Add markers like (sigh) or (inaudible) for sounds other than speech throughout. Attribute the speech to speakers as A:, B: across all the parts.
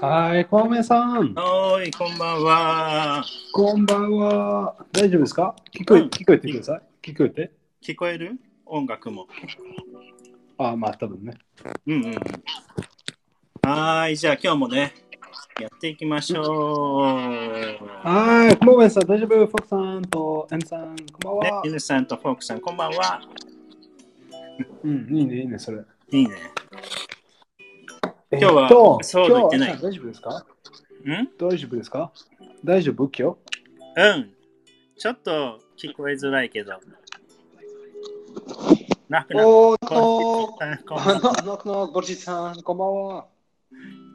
A: はい、コウメさん、
B: はーい、こんばんは。
A: こんばんは。大丈夫ですか聞こえ
B: うん
A: 聞こえてください。聞こえて。
B: 聞こえる音楽も。
A: ああ、まあ、多分ね。
B: うんうんうん。はーい、じゃあ今日もね、やっていきましょう。
A: はい、コウメさん、大丈夫フォックさんとエンさん、こんばん
B: ね
A: は、。
B: ゆうさんとフォークさん、こんばんは。
A: うん、いいね、いいね、それ。
B: いいね。日は
A: えっと
B: そうだ言ってない
A: 今日は大丈夫ですか
B: うん
A: 大丈夫ですか大丈夫今日
B: うん。ちょっと聞こえづらいけど。なくな
A: おお
B: こんこんばんは
A: のこのごちさん、こんばんは。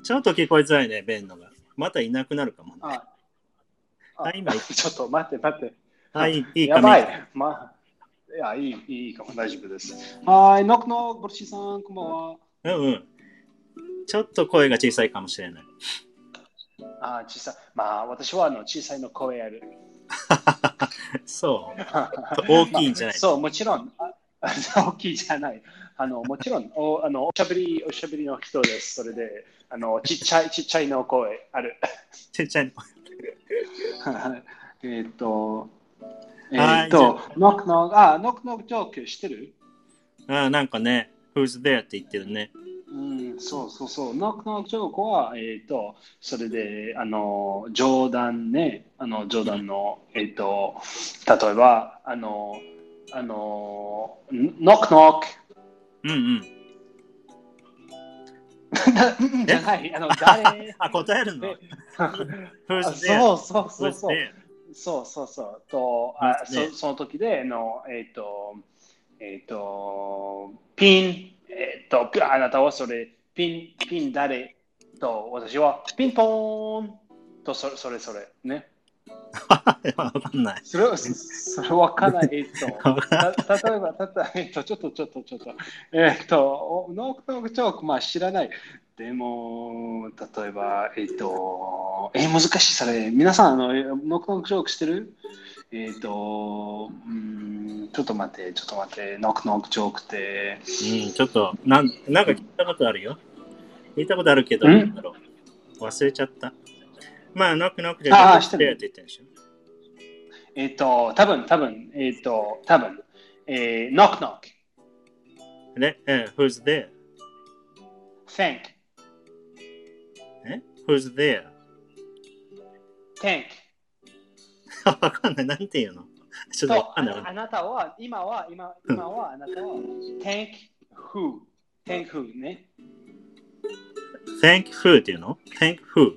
B: ちょっと聞こえづらいね、ベンのが。またいなくなるかも、ね。
A: あ
B: あ今
A: ちょっと待って、待って。
B: はい、いいか
A: や
B: も
A: ばい。まあ、いや、いい、いいかも、大丈夫です。はい、ノクノク、ゴルシさん、こんばんは。
B: うんうん。ちょっと声が小さいかもしれない。
A: あ、小さい。まあ、私はあの小さいの声やる。
B: そう。
A: (laughs)
B: 大きいんじゃない
A: そう、もちろん、あ大きいじゃない。あの、もちろん、お、あの、おしゃべり、おしゃべりの人です。それで、あの、ちっちゃい、ちっちゃいの声ある。 (laughs)
B: ちっちゃい
A: はいえーっと、え
B: は
A: ー
B: い
A: っと、ノクノク、あ、ノクノクジョークしてる
B: の。あなんかね、Who's there って言ってるね。
A: うん、そうそうそう、ノックノックジョークは、えっ、と、それで、あの、冗談ね、あの、冗談の、えっ、と、例えば、あの、あの、ノックノ
B: うんうん。
A: ックじゃない、あの、誰
B: あ、答えるの
A: で
B: ?Who's
A: あ
B: there?Who's
A: そうそうそうそう。
B: there? (laughs)
A: そうそうそう。とあ
B: ね
A: そその時であの、えっ、と、えっ、と、ピン、えっ、と、あなたはそれ、ピン、ピン誰と、私はピンポーンと、それそれそれ。ね。
B: わかんない。
A: それは、そそれわからない。えっ、
B: わ
A: と、
B: かんない
A: た例えば、たたえっ、と、ちょっと、ちょっと、ちょっと、えっ、と、おノークノークチョーク、まあ知らない。でも、例えば、えっ、と、えー難しい、それ。皆さん、あの、えーノークノークチョークしてるえっ、と、うーん、ちょっと待って、ちょっと待って、ノークノークチョークって、
B: うん、ちょっとなん、なんか聞いたことあるよ。聞いたことあるけど、
A: ん
B: なんだろう忘れちゃった。まあ、ノックノックで
A: あ
B: Who's
A: ー知って
B: there
A: る
B: って言ってるでしょ。
A: えっ、と、多分多分えっ、と、多分えー、ノックノック、
B: ね、えー Who's there?
A: thank,
B: え ?Who's there? (laughs)
A: thank.
B: わかんない。なんて言うのちょっとわ
A: と
B: か
A: あ
B: んない。
A: なあなたは今は今今はあなたは Thank who Thank who ね
B: Thank who っていうの ?Thank who?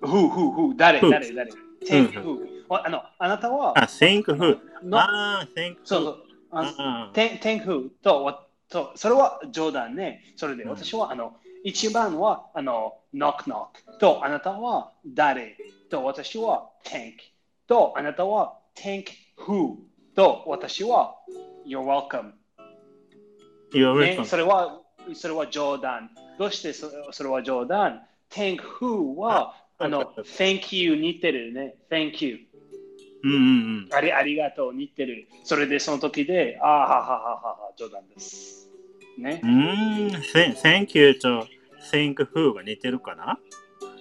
A: Who who who 誰
B: Who
A: 誰誰 Thank who あのあなたは
B: あ、Thank who?
A: の
B: ああ、Thank who?
A: そうそうあ
B: あー
A: Thank thank who とわとそれは冗談ねそれで
B: うん
A: 私はあの一番はあの Knock knock とあなたは誰と私は Thank とあなたは Thank who と私は You're welcome
B: You're
A: ね
B: welcome.
A: それは、それは冗談。どうしてそそれは冗談 ?Thank who は、
B: あ
A: あの、Thank you 似てるね。Thank you。
B: うんうんうん。
A: ありありがとう似てる。それでその時で、あーははははは、冗談です。ね
B: う。ーん、Th- Thank you と Thank who が似てるかな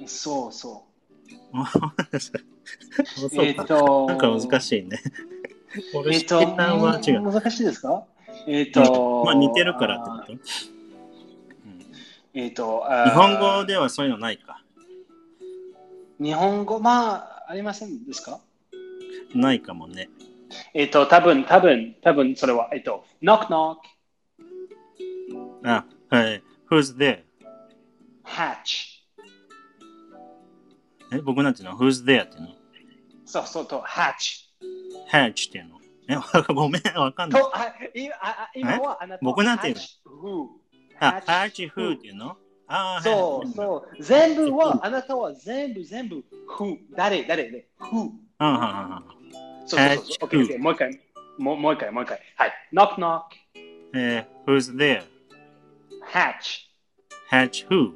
A: そうそ
B: (laughs) そ
A: う。
B: う
A: え
B: か
A: っ、と、
B: なんか難
A: い。
B: しいね。
A: え
B: 俺、
A: っ、
B: 知
A: と、
B: さんは違う。
A: 難しいですかえっ、と、
B: まあ似てるからってこ
A: あー
B: と、うん
A: えっ、と、
B: 日本語
A: で。
B: ではそういうのないか。
A: 日本語、まあ、ありませんですか
B: ないかもね。
A: えっ、と、多分多分多分それは、えっ、と、knock knock,
B: あ、はい。Who's there?
A: hatch.
B: え、僕なんていうの ?Who's there? っていうの
A: そうそうと、ハッチ。
B: ?Hatch っていうのえ、 (laughs) わごめん、わかんない。
A: と、あ今ああ今はあなた
B: 僕なんて言う
A: の
B: あ、Hatch who っていうのあー
A: そう
B: hatch
A: そう。全部は、あなたは全部全部、who。誰誰で、who。
B: うんうんうんうん
A: そうそうそう
B: Hatch。
A: オッケーオッケー、もう一回。もうもう一回、もう一回。はい。knock knock,
B: えー Who's there?
A: hatch.
B: Hatch who?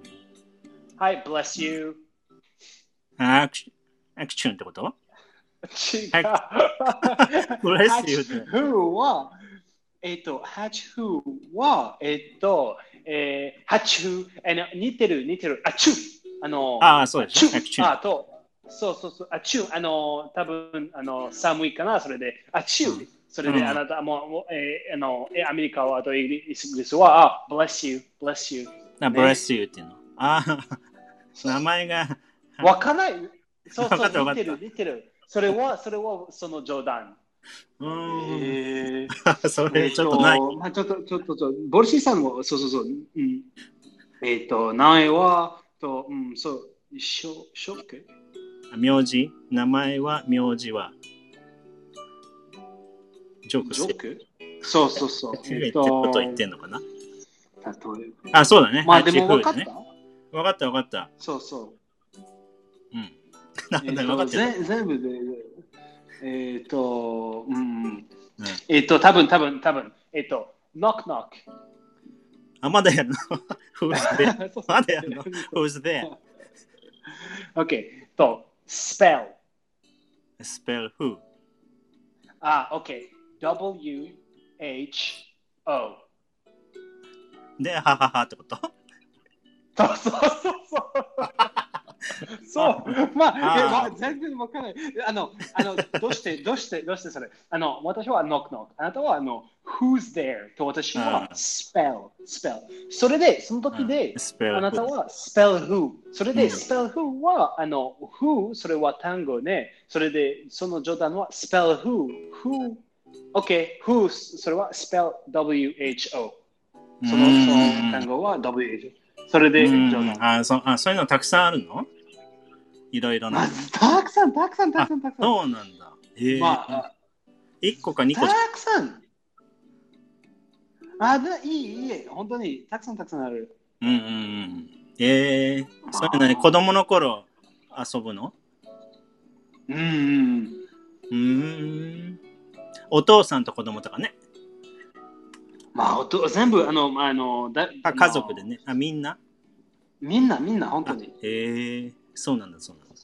A: はい、bless you.
B: あアクシアクションってこと
A: 違う。
B: Bless you
A: Hatch who は、えっと、Hatch who は、えっと、えー、ハチュー、あの似てる、似てる、あちゅう、あの、
B: ああ、そうで
A: チ
B: す
A: ュ
B: ね。
A: ーあと、そうそうそう、あちゅう、あの、多分あの寒いかな、それで、あちゅう、
B: うん
A: それで、
B: うん
A: あなたもう、もうえーあの、えアメリカは、あとイギリスイギリスは、あ、bless you, bless you。
B: な、ブレスユー (laughs) っていうの。ああ、
A: そう
B: 名前が、
A: わかんない。そう
B: (laughs) わかった
A: そう、
B: わ
A: 似
B: かってた
A: る、似てる。それは、それは、その冗談。
B: うーん、
A: えー
B: そ
A: え
B: れ
A: っ
B: ちょっとない。
A: まあ、ちょっと、ちょっと、ちょっと、ボルシーさんも、そうそうそう。うん、えっ、と、ないは、と、うん、そう、ショショック
B: 名字名前は、名字は。ジョーク
A: ジ
B: し
A: ョ
B: て
A: ックそうそうそう。
B: え
A: え
B: っ
A: ってと、
B: こと言ってんのかな
A: 例え
B: あ、そうだね。
A: ば
B: (laughs)
A: まあ、
B: ハ
A: で
B: チ
A: も
B: フー
A: 分か
B: だ
A: った、
B: ね。わかったわかった。
A: そうそう。
B: うん。なん
A: えっ
B: だ
A: と
B: わかってる。
A: ぜ全部で、えっ、と、うん、
B: うん
A: えっ、と、多分多分多分えっ、と、ノックノ
B: あ、まだやるの (laughs) ?Who's
A: ッ
B: there?
A: ク。そうそう
B: (laughs) まだやる
A: (laughs)
B: の ?Who's there?
A: OK、と、スペル。
B: Spell who?
A: あ、OK。W-H-O。
B: で、はははってこと
A: そうそうそうそう。そう、まあ、え
B: あ
A: ま
B: ー
A: あ、全然わからない。あの、あの、どうして、 (laughs) どうして、どうしてそれ。あの、私はノックノック。あなたはあの、Who's there? と私は
B: うん
A: Spell、Spell。それで、その時で、
B: Spell
A: あなた
B: who?
A: は Spell Who。それ
B: う
A: で、
B: ん
A: Spell Who は、あの、Who、それは単語ね。それで、その冗談は Spell Who。Who。OK、Who、それは Spell WHO。その、その単語は WHO。それで、
B: うん
A: 冗談。
B: あそあそういうのたくさんあるのいろいろ
A: ま
B: な
A: あ。、たくさん、たくさん、たくさん、たくさん。
B: そうなんだ。えー
A: まあ、
B: 1個か2個じゃ
A: たくさん。あ、でいい、いい、本当に、たくさん、たくさんある。
B: うんうんうん。えー、そういうのね、子供の頃遊ぶの
A: うんうん。
B: うーん。お父さんと子供とかね。
A: まあ、おと全部、あの、まあ、あの、だ
B: あ家族で。ね。あ、みんな
A: みんな、みんな、本当
B: あ
A: に。
B: えー、そうなんだ、そうなんだ。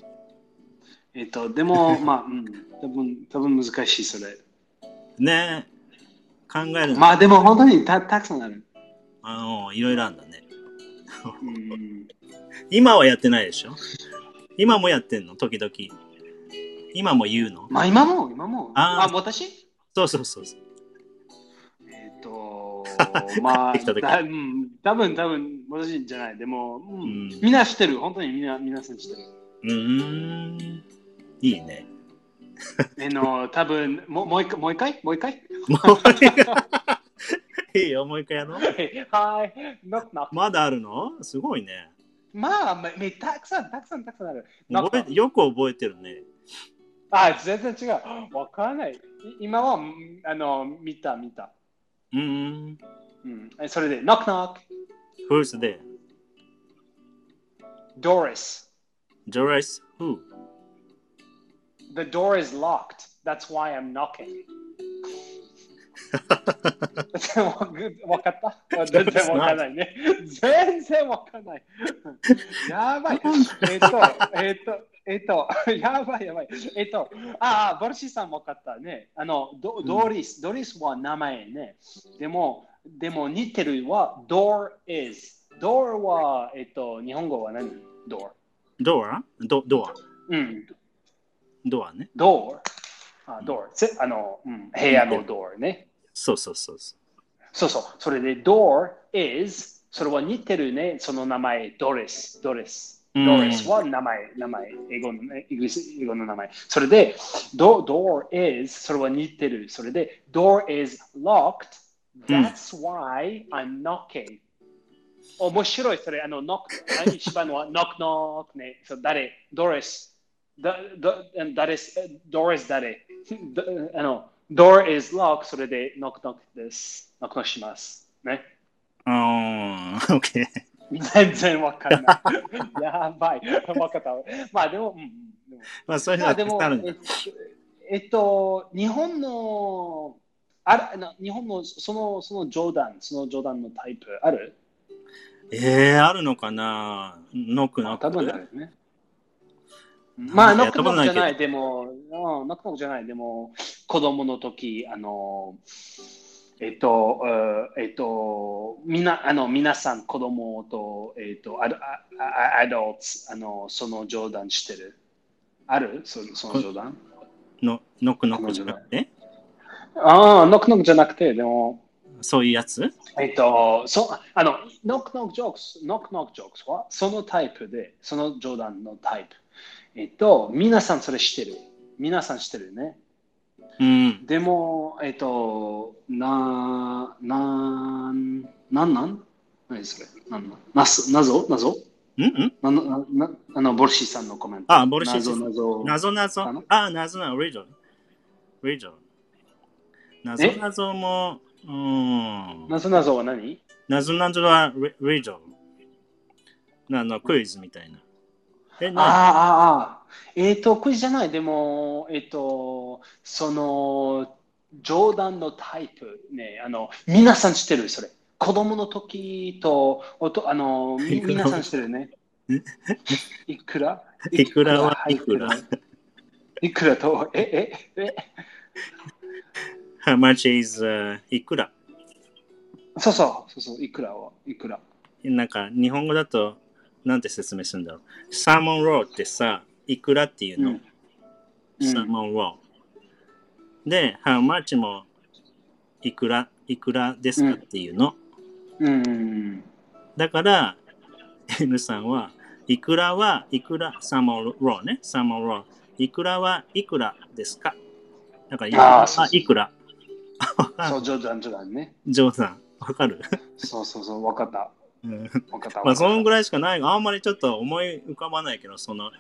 A: えっと、で
B: (laughs)
A: も、まあ、うん、多分、多分難しい、それ。
B: ねえ。考えるの、
A: まあ、でも、本当にた、たくさんある。
B: あの、いろいろあるんだね。
A: うん。
B: 今はやってないでしょ今もやってんの時々。今も言うの
A: まあ、今も、今も。
B: あー
A: あ、私
B: そうそうそうそう。
A: えっ
B: (laughs)
A: と、まあ、
B: 帰ってきた時
A: だうん、多分、多分、私じゃない。でも、う、
B: うんん
A: みんな知ってる。本当にみんな、皆さん知ってる。
B: うーん。い
A: (laughs)
B: いね。
A: えの、多分もうもう一回、もう一回、もう一回。
B: もう一回いいよ、もう一回やろう。
A: はい、ノックノック。
B: まだあるのすごいね。
A: まあ、めめたくさん、たくさん、たくさんある。ノック
B: 覚
A: ノッ
B: え
A: ク
B: よく覚えてるね。
A: あ、全然違う。わからない。い今は、んあの、見た、見た。
B: うーん。
A: うん、えそれで、ノックノック、
B: Who's there?
A: ドリス。
B: Doris who?
A: The door is locked. That's why I'm knocking. (laughs) わか (laughs) った全然わかんないね。全然わかんない。やばい。えっと、えっと、えっと、 (laughs) やばいやばい。えっと、ああ、ボルシーさんもわかったね。あの、ドドリス、ドリスは名前ね。でも、でも似てるは door is。door は、えっと、日本語は何 ?door。
B: Door? ドドア。
A: うん、
B: ドアね。
A: door。あ、door。せあの、うん、部屋の door ね。
B: そうそうそうそう。
A: そうそう。それで、door is、それは似てるね、その名前、ドレス、ドレス。
B: うん
A: ドレスは名前、名前、英語の、ねイギリス英語の名前。それで、do- door is、それは似てる。それで、door is locked,
B: うん
A: that's why I'm knocking. 面白い、それ、あの、knock、何芝のは (laughs) knock knock ね。そう誰ドレス。だだ誰すドレス誰だ (laughs) あの、door is locked, それで knock knock です。knock knock します。ね。 (laughs)
B: あー、OK。
A: 全然わかんない。 (laughs) やばい。わかった。まあでも、うんうんでも
B: まあ、そういうの
A: まあ
B: が
A: で
B: たくさ
A: も
B: んあるんだ
A: えっ。とえっと、日本の、あらな日本のそのその冗談、その冗談のタイプある
B: えー、あるのかなノックノ
A: 多分あ
B: ック。
A: るね。まあ、
B: うん
A: ノックノックじゃな
B: やったことない
A: い、でも、うんノックノックじゃない、でも、子供の時、あの、えっと、えーえっと、みな、あの、皆さん、子供と、えっと、アド、ああアドルツ、あの、その冗談してる。あるそその冗談
B: のノックノックじゃなくて
A: ああ、ノックノックじゃなくて、でも、
B: そういうやつ
A: えっと、そあの、ノックノックジョークス、ノックノックジョークスは、そのタイプで、その冗談のタイプ。えっと、皆さんそれしてる。皆さんしてるね。
B: うん。
A: でも、えっと、な、な、なんなん何それなんなんなす、なぞなぞ
B: うんうん
A: なななあの、ボルシーさんのコメント。
B: あ、ボルシーズ
A: な。ぞなぞ。
B: 謎謎
A: あの
B: あ、謎な、リジョン。リジョン。謎謎も、うん。
A: なぞなぞは何
B: 謎謎はリリジョン。あの、クイズみたいな。え、
A: ああ
B: な、
A: ああ、ああ。えっ、と、クイズじゃない。でも、えっ、と、その、冗談のタイプね、あの、皆さん知ってる、それ。子供の時と、おとあの、み、皆さん知ってるね。いくら
B: いくらはい
A: くらいくらと、え、え、え、
B: how much is、uh, いくら
A: そうそう、そうそう、いくらはいくら。
B: なんか、日本語だと、なんて説明するんだろう。サーモンローってさ、いくらっていうの。
A: うんうん
B: サーモンロー。で、how much もいくら、いくらですかっていうの。
A: うん。
B: だから、N さんは、いくらはいくら、サーモンローね、サーモンロー。いくらはいくらですかだから、いくら
A: あーそう
B: は
A: そう
B: いくら。
A: そう、冗談、冗談ね。
B: ジョーさん、わかる、 (laughs)
A: そうそうそう、わかった。
B: うん
A: わかった。
B: まあ、そのぐ
A: らい。
B: らいしかないが、あんまりちょっと思い浮かばないけど、その、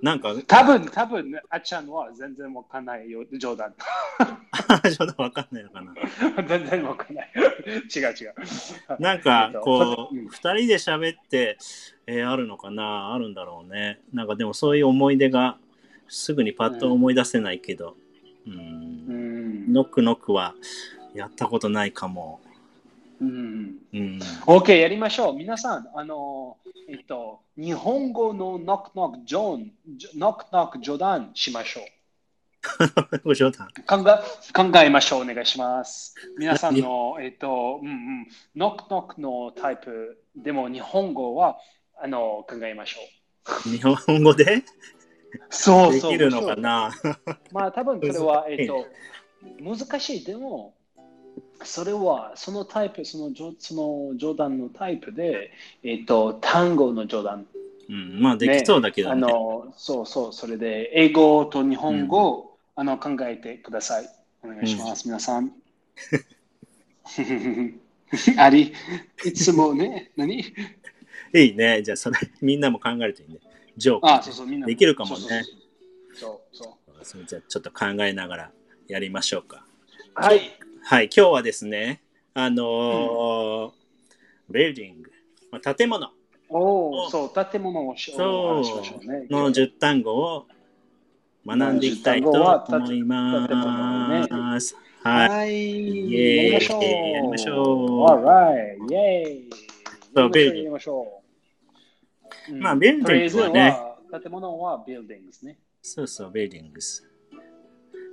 B: なんか、 (laughs)
A: 多分、多分、あっちゃんは全然わかんないよ、冗談。 (laughs)
B: ちょっとわかんないのかな。
A: 全然わかんない。 (laughs) 違う違う。
B: なん
A: え
B: か
A: っと (laughs)
B: こう、
A: うん
B: 2人で喋って、えーあるのかなあるんだろうねなんかでもそういう思い出がすぐにパッと思い出せないけど、
A: う
B: う
A: んん。
B: ノックノックはやったことないかも、
A: うん。 (laughs)
B: うん、
A: OK、やりましょう。皆さん、あの、えっと、日本語のノックノックジョン、ジョノックノック冗談しましょう。
B: ご冗談
A: 考え考えましょう。お願いします。皆さんの、えっと、うんうん、ノックノックのタイプ、でも日本語は、あの、考えましょ
B: 日本語で
A: う。そ
B: できるのかな
A: まあ、多分それは、
B: 難しい
A: えっと、難しい。でも、それは、そのタイプ、その冗その冗談のタイプで、えっと、単語の冗談。
B: うん、まあできそうだけど
A: あ
B: ね
A: の、そうそう、それで、英語と日本語を、あの考えてください。お願いします、皆さん。 (laughs) あり、いつもね、何
B: いいねじゃあそれ (laughs) みんなも考えるといいねジョーク
A: あ、そうそう、みんな。
B: できるかもね
A: そうそうそう。そう
B: そうじゃあちょっと考えながらやりましょうか
A: そうはい。
B: はい、今日はですね、あのービルディング、まあ、建物
A: おお、そう、建物をし
B: そう
A: お話しましょうね。
B: の10単語を学んでいきたいと思います。はい。
A: はい。
B: イ
A: やりま
B: エーイ
A: しょう。
B: やりましょう
A: Alright. イェーイ。
B: そう
A: や
B: ビルディング
A: りましょう。やりましょう。うん
B: まあビルディングはね。
A: とりあえずは建物は buildings ね。
B: そうそう、ビルディングス。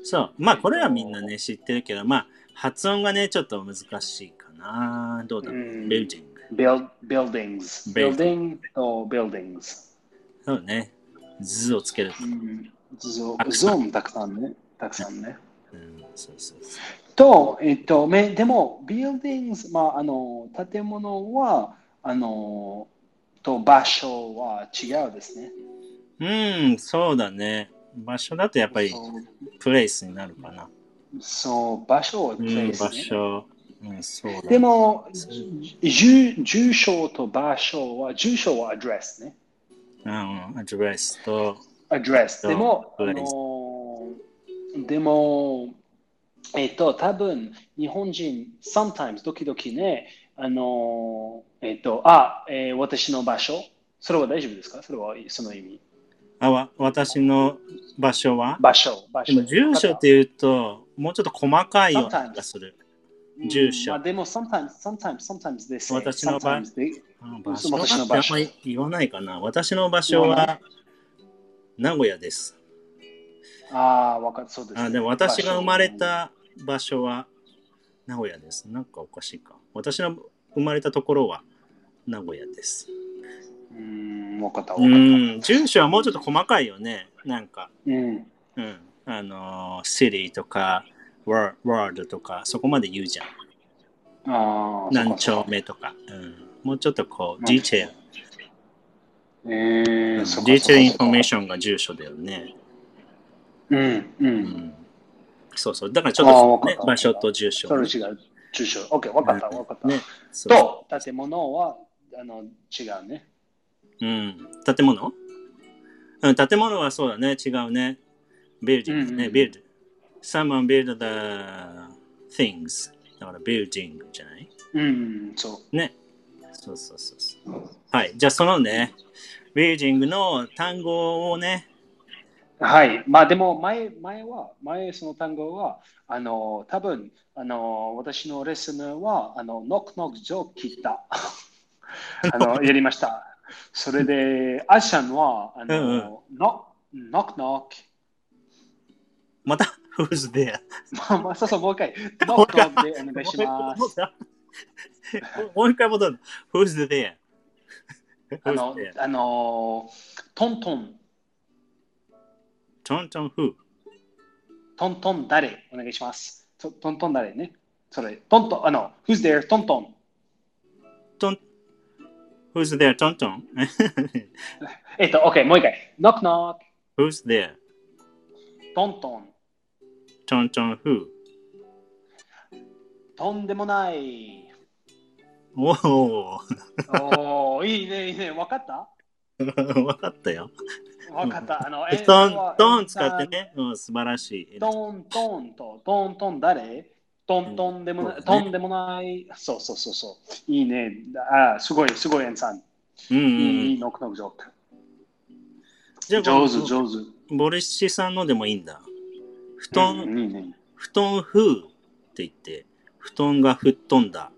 B: そう、まあこれはみんなね、知ってるけど、まあ発音がね、ちょっと難しいかな。どうだろう、
A: うん
B: ビルディング。
A: Build, buildings. building と buildings。
B: そうね、図をつけると。
A: ゾ
B: たく
A: ゾ
B: さん
A: ーンたくさんね。たくさんね。
B: うん、そうそうそう。
A: と、えっと、めでも、buildings、まあ、あの、建物は、あの、と場所は違うですね。
B: うん、そうだね。場所だとやっぱり
A: そう
B: プレイスになるかな。
A: そう、場所はプ
B: う
A: レ
B: ん、
A: イスね
B: 場所。うん、そうだ。
A: で、も、
B: そう
A: 住住所と場所は、住所は address ね。
B: うん、アドレスと、
A: address。
B: そう
A: でも、あ
B: address
A: のーでも、えっと、多分日本人、sometimes、時々ね、あのーえっと、あ、えー私の場所、それは大丈夫ですかそれはその意味。
B: あわ私の場所は
A: 場所、場
B: で
A: 所。
B: も住所っていうと、もうちょっと細かいような
A: Sometimes
B: 気がする。
A: うん
B: 住所
A: まあ、でも、sometimes、sometimes、sometimes です。
B: 私の場
A: sometimes they-
B: あ場
A: そ
B: 所
A: う
B: は
A: 私の
B: ってあ
A: 場
B: ん
A: 所
B: まり言わないかな。私の場所
A: 言わな
B: は名古屋です。
A: ああ、わかそうです、ね。
B: あでも私が生まれた場所は名古屋です。なんかおかしいか。私の生まれたところは名古屋です。
A: うーん、わかった、わか
B: う
A: った。
B: ん、住所はもうちょっと細かいよね。なんか、
A: うん。
B: うん。あのー、city とか、ワールドとか、そこまで言うじゃん。
A: ああ、
B: 何
A: そう
B: 丁
A: か
B: 目とか。うん。もうちょっとこう、
A: そう
B: d
A: か
B: e t a i
A: ええ
B: l
A: そ
B: d e t a i l インフォメー
A: ョ
B: ションが住所だよね。
A: ン。うん、う。
B: うんん。そうそう。だからち
A: あー
B: ょ
A: わ
B: っ
A: か
B: と、
A: っ
B: ね
A: た、
B: 場所と住所
A: それ
B: ね、
A: 違う。住所。オッケー、わかった、わかった。
B: ね。そう
A: と、建物は、あの、違うね。
B: うん、建物うん建物はそうだね、違うね。ビルディング
A: うんう
B: ね、
A: ん
B: ビル。Someone build the things. だからビルディングじゃない
A: うん、そ
B: ね。そうそうそうそう。はい、じゃあそのね、ビルディングの単語をね、
A: う。はい。まあでも前、前は、前その単語は、あの、多分あの、私のレッスンは、あの、ノックノックジョー聞いた。 (laughs) あ (laughs) の、やりました。それで、アッシャンは、あの、ノノックノック。 (laughs)
B: また Who's there?
A: まあ、まあ、そうそう、もう一回、ノックノックでお願いします。
B: (laughs) もう一回戻る。Who's there?
A: あ
B: Who's
A: の
B: there?、
A: あの、トントン、
B: トントン Who?
A: トントン誰お願いします。トトントン誰ね。それ、トントン、あの、who's there? トントン。
B: トン Who's there? トントン
A: えっと、OK、もう一回。ノックノッ
B: (laughs) Who's there?
A: ク、トントン。
B: トントン Who?
A: とんでもない。
B: お (laughs) お、
A: おー、いいね、いいね。わかった
B: わかったよ。
A: わかった。あの、
B: でトン、トン使って。ね。うん、素晴らしい。
A: トントンと、トントン誰トントンでもな
B: う
A: い、
B: んそうだ
A: と
B: ね
A: んでもない。そうそうそうそう。いいね。あー、すごい、すごい、エンさん。
B: うんうんう
A: い
B: ん。
A: いノックノックジョーク。
B: じゃあ、
A: 上手、
B: 手。
A: 上手。
B: ボルシさんのでもいいんだ。布団、
A: うんいいね。
B: 布団風って言って、布団が吹っ飛んだ。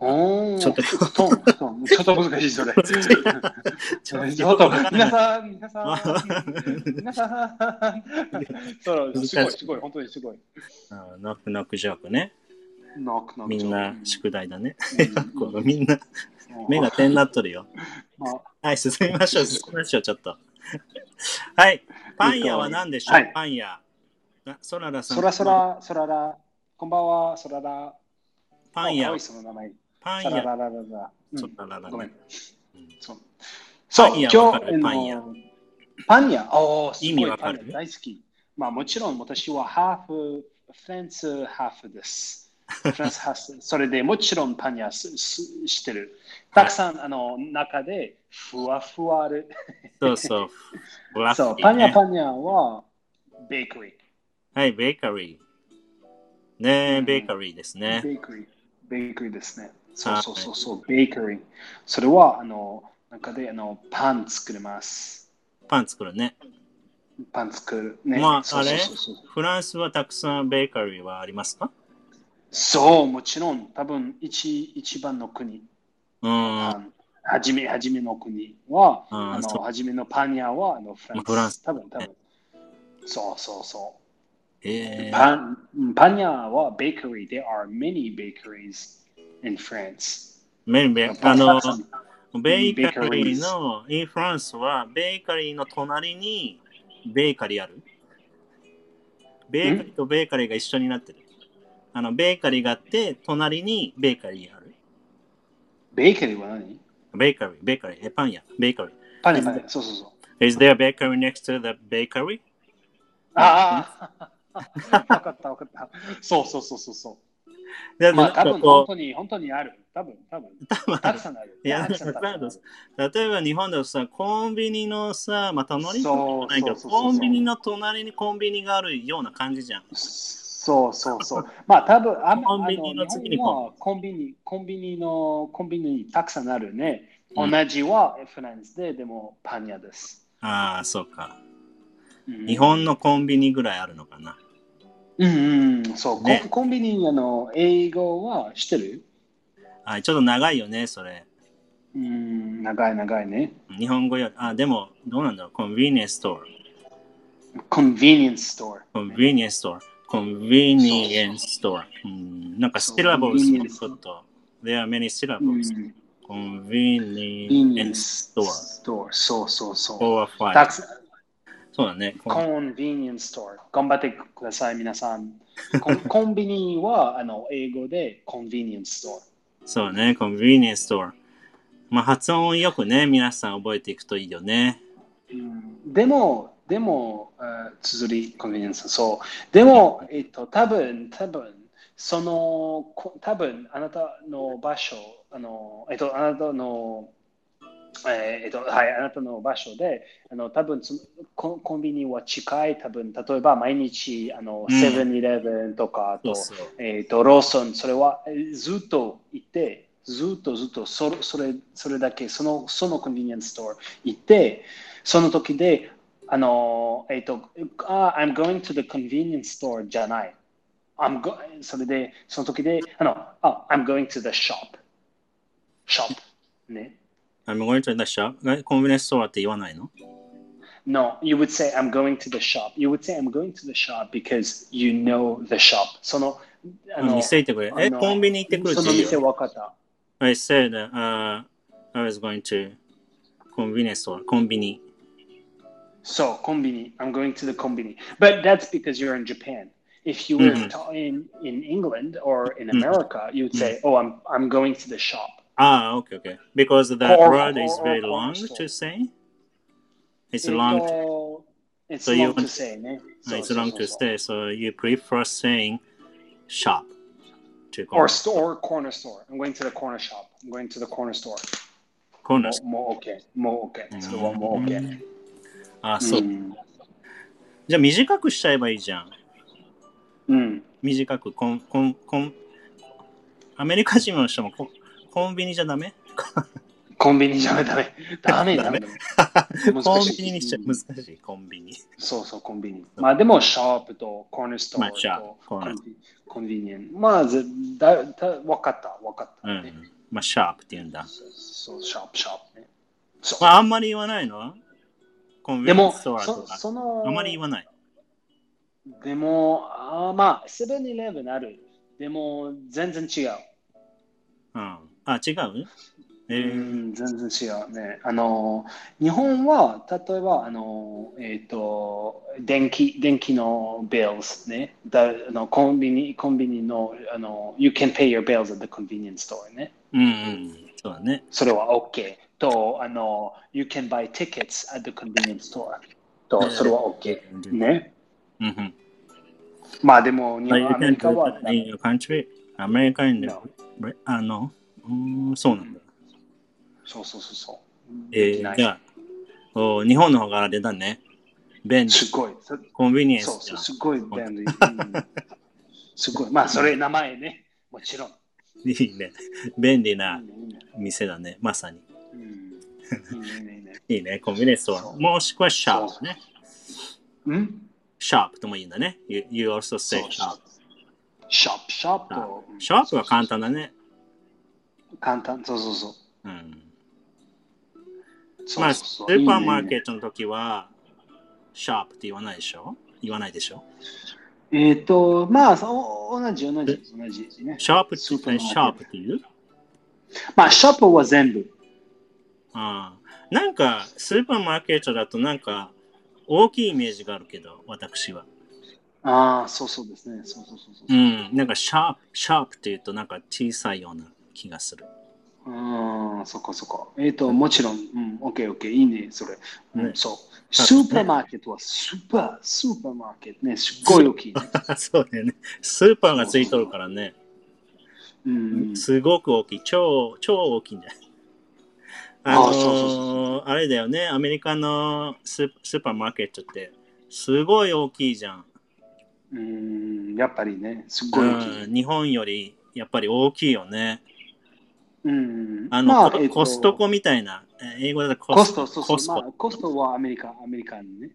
A: おー
B: ちょっと
A: トントンちょっと難しいそれ。 (laughs) ちょっと、
B: (laughs)
A: 皆さん、皆さ (laughs) ん、皆さん、そう、すごい、すごい、本当にすごい。
B: うんノックノックジョークね。
A: ノックノック
B: み
A: ジ
B: ん
A: ョ
B: な
A: ーク
B: 宿題だね。
A: うん
B: このみんな目が点になっとるよ。
A: ま
B: はい、進みましょう、進みましょう、ちょっと。はい、パン屋は何でしょう、
A: はい
B: パン屋。あソララ
A: あ
B: さん。
A: そらそら、そらら、こんばんは、そらら。
B: パン
A: あ可
B: 屋
A: 愛い、その名前。
B: パン
A: そら
B: 屋。
A: らららら。うん
B: ソラララ
A: ごめん。
B: うん
A: そう、そう
B: パン
A: 今
B: 屋
A: 日、
B: わか
A: あの
B: るパン屋
A: パン屋、おーすごい
B: 意味わかる
A: パン屋大好き。まあもちろん私はハーフ、フレンスハーフ
B: (laughs)
A: です。フランスハーフ、それでもちろんパン屋すすしてる。たくさん、あの中でふわふわある。
B: そうそう。ブラッ
A: そう、
B: キ
A: パ
B: ー
A: ン屋
B: ね
A: パン屋はベーカリー。
B: はい、ベーカリー。
A: う
B: ねえ、
A: ん
B: ベーカリーですね。
A: ベーカリー、ベーカリーですね。そうそうそうそう、ベーカリー。それはあの中であのパン作れます。
B: パン作るね。
A: パン作るね。
B: まあ
A: そうそうそうそう
B: フランスはたくさんベーカリーはありますか
A: そう、もちろん、多分一一番の国、
B: うん。
A: あ
B: ま
A: のはじめ、はじめの国は、
B: うん
A: あ
B: そう
A: のはじめのパン屋はあのフランス。
B: フランス
A: 多分、多分。そうそうそう。
B: えー、
A: パンパン屋はベーカリー。There are many bakeries in France.
B: メンベ
A: パ
B: あ
A: ン
B: の、
A: う
B: ベーカリーの、インフランスは、ベーカリーの隣にベーカリーある。ベーカリーとベーカリーが一緒になってる。あの、ベーカリーがあって、隣にベーカリーある。
A: んベーカリーは何
B: ベーカリー、ベーカリー、えパン屋、ベーカリー。
A: パン屋、パン屋。そうそうそう。
B: Is there a bakery next to the bakery?
A: ああ、わかったわかった。そうそうそうそうそ
B: だ
A: う。まあ多
B: なん
A: 分
B: かこ
A: 本
B: う
A: 当に本当にある。多分多分
B: あ (laughs)
A: たくさんある。
B: いや
A: たくさんたくさんある
B: 例えば日本でもさ、コンビニのさ、まあ、隣に
A: そう
B: ないけど、
A: そうそうそう
B: コンビニの隣にコンビニがあるような感じじゃん。
A: そうそうそう。まあ多分あ
B: コンビニの次に
A: あの日本はコンビニコンビニのコンビニにたくさんあるね。同じはフランスででもパン屋です。
B: ああ、そうか。
A: うん
B: 日本のコンビニぐらいあるのかな。
A: うんうんそう、
B: ね
A: コンコンビニあの英語はしてる？
B: あちょっと長いよね、それ。
A: うん長い長いね。
B: 日本語より。あ、でも、どうなんだろう。コンビニエンスストア。
A: コンビニエンスストア。
B: コンビニエンスストア。コンビニエンスストア。うんなんかシラボスもちょっと。There are many
A: うん
B: syllables. コンビニエンススト
A: convenience store そうそう
B: ア。
A: そ
B: or
A: う。た
B: five.
A: くさん
B: そうだね。
A: コンビニエンスストア。頑張ってください、皆さん。 (laughs) コンコンビニはあの英語でコンビニエンススト
B: そうね。コンビニエンスストア。まあ発音をよくね、皆さん覚えていくといいよね。
A: ア。うんでも、でも、あ綴り、コンビニエンスそう。でも、えっと、多分、多分、その、こ多分、あなたの場所、あの、えっと、あなたの、えーえっと、はい、あなたの場所で、あの、多分、そのコンコンビニは近い、多分、例えば、毎日、あの、
B: うん
A: セブンイレブンとか、あ
B: そ
A: と
B: う、そう。
A: えー、とローソン、それはえーずっと行って、ずっとずっとそれそれそれだけそのそのコンビニエンスストア行って、その時で、あのーえっ、と、あ、I'm going to the convenience store じゃない。I'm go それで、その時で、あの、あ、I'm going to the shop。shop。ね。
B: I'm going to the shop. コンビニエンスストアって言わないの
A: No, you would say I'm going to the shop. You would say I'm going to the shop because you know the shop. その、あの、
B: 店行ってくれ。え、
A: あの
B: コンビニ行ってくるっ
A: そ
B: て
A: の
B: いいよ
A: 店。分かった。
B: I said, uh, I was going to convenience store, コンビニ。
A: So, kombini. I'm going to the kombini. But that's because you're in Japan. If you were
B: Mhm.
A: ta- in, in England or in
B: Mhm.
A: America, you would say,
B: Mm-hmm.
A: "Oh, I'm I'm going to the shop."
B: ああ、OK, OK. ah, Because that
A: Or-
B: word is
A: or-
B: very
A: or- or
B: long
A: store.
B: to say. It's
A: It
B: long,
A: all- it's
B: So
A: long
B: you
A: to
B: want-
A: say, ne? So,
B: it's
A: so,
B: long
A: so,
B: to
A: so.
B: stay, so you prefer saying shop. To
A: Or store, corner store. I'm going to the corner shop. I'm going to the corner store.
B: corner.
A: More, more okay. More okay. So the one more
B: うん
A: okay.
B: あ、そう。
A: Mm.
B: じゃあ短くしちゃえばいいじゃん。
A: Mm.
B: 短く、コン、コン、コン、アメリカ人の人もココンビニじゃダ
A: (laughs)
B: メ
A: Kombini (laughs)
B: (laughs)
A: じゃダメ。ダメ、ダメ。
B: コンビニにしちゃ難しい、コンビニ。
A: そうそう、コンビニ。まあでも、ショップとコーナースト
B: まあ
A: ア
B: ショップ
A: と
B: コ
A: コ
B: ーナー
A: ンビコンビニエン。まあ、ぜだだわかった、わかっ
B: う
A: た、ね
B: ん。まあ、シャープって言うんだ。
A: そう、ショップ、ショップ、ね。そう
B: まあ、あんまり言わないのコンビ
A: で
B: ニエン
A: も、
B: スストアと
A: そ
B: か。
A: その、
B: あまり言わない。
A: でも、あーまあ、セブンイレブンある。でも、全然違う。
B: うん。あ、違うえ
A: う
B: ー、
A: ん、全然違うね。あの、日本は、例えば、あの、えっ、と、電気、電気のビルスね。だあのコンビニ、コンビニの、あの、you can pay your bills at the convenience store ね。
B: うんうん。そうだね。
A: それは OK。と、あの、You can buy tickets at the convenience store。
B: う
A: と、
B: ん
A: それは OK。ね。
B: うんうん。
A: まあでも、日
B: But
A: 本
B: you
A: アメ
B: can
A: リカ
B: do
A: は
B: that in your country? アメリカ in the...
A: No
B: あの、うーん、そうなんだ。
A: そうそうそうそう。
B: え
A: できな
B: ー、
A: い
B: じゃあ、お日本の方があれだね。便利。
A: すごい。そ
B: コンビニエン
A: そう
B: スじ
A: そ
B: ゃ
A: う、
B: ん
A: すごい便利。うんすごい。まあ、それ、名前ね。もちろん。
B: いいね。便利ない
A: いねいいね
B: 店だね。まさに。
A: うんいいねいいね
B: いいね。コンビニエンススト
A: そ
B: ア。
A: う
B: もしくはシャープね。
A: うん
B: シャープとも言うんだね。You, you also
A: そ
B: say
A: う
B: shop.
A: ショップ、ショップと。うん
B: シャープは簡単だね。
A: 簡単。そうそうそう。
B: うん。
A: そう
B: まあ、
A: そう
B: ス
A: そう
B: ーパーマー
A: いいねいいね
B: ケットの時は、シャープって言わないでしょ言わないでしょ
A: えっと、まあ、そう同じ、同じ、同じ。ね
B: シャープって、シ
A: スーパーマーケット
B: ャープって言う
A: まあ、ショップは全部。
B: ああなんか、スーパーマーケットだとなんか、大きいイメージがあるけど、私は。
A: ああ、そうそうですね。そうそうそうそうう。
B: ん。なんか、シャープ、シャープって言うとなんか小さいような気がする。
A: うん、そこそこ。えっ、と、もちろん、うん、オッケーオッケー、いいね、それ。うん、
B: ね
A: そう。
B: ね
A: スーパーマーケットはスーパー、スーパーマーケットね、すっごい大きい、ね。
B: (laughs) そうだよね。スーパーがついとるからね。
A: うん。
B: すごく大きい。超、超大きいんだよ。あの
A: (laughs) あそうそうそう
B: ーあれだよね。アメリカのスースーパーマーケットって、すごい大きいじゃん。
A: うん、やっぱりね、すっ
B: う
A: ごい大きい。
B: ん、日本よりやっぱり大きいよね。
A: うん。
B: あの、コ
A: えっと
B: コストコみたいな。え英語だと
A: コ
B: コ
A: ス
B: ス
A: ト、
B: ト
A: そうそう
B: コス
A: まあ
B: コ。。
A: コストはアメリカ、アメリカにね。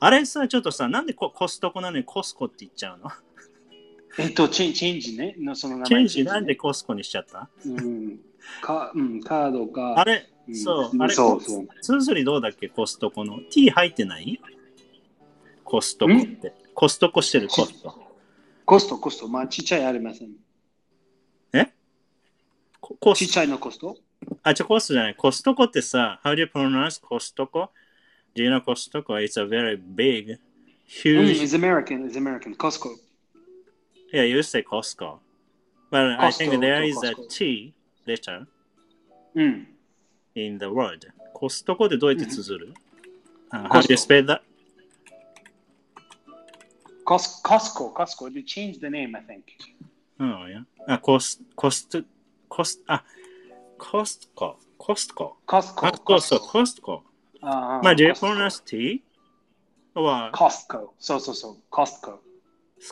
B: あれさ、ちょっとさ、なんでココストコなのにコスコって言っちゃうの
A: えっと、チェンチェンジね、のその名前
B: チェンジなんで
A: ね
B: コスコにしちゃった
A: うん。か、うん、カードか。
B: あれ
A: う、ん
B: そう、あれ、
A: そうそう
B: 通ずりどうだっけコストコの。T 入ってないコストコって。コストコしてるコスト。
A: コスト、コスト。まあ、ちっちゃいありません。
B: ココ
A: ちっ
B: ス
A: ちゃいのコスト
B: あ、じゃコストじゃない。コストコってさ、How do you pronounce コストコ Do you know コストコ It's a very big,
A: うん、
B: huge
A: is American, is American, Costco.
B: Yeah, you say Costco. But I think
A: Costco
B: there
A: to
B: is a
A: Costco.
B: T letter
A: うん。
B: in the word. コストコってどうやって綴る、あ ?How
A: Costco
B: do you spell that?
A: Cos- Costco, Costco. They changed the name, I think.
B: Oh, yeah. あ、コス、コスト、コス、あ、コストコ、コストコ。
A: Costco.
B: あ、そうそう、コストコ。
A: ああ
B: まあ、ジェイ
A: Costco
B: プロナスティは
A: Costco. そうそうそう。Costco。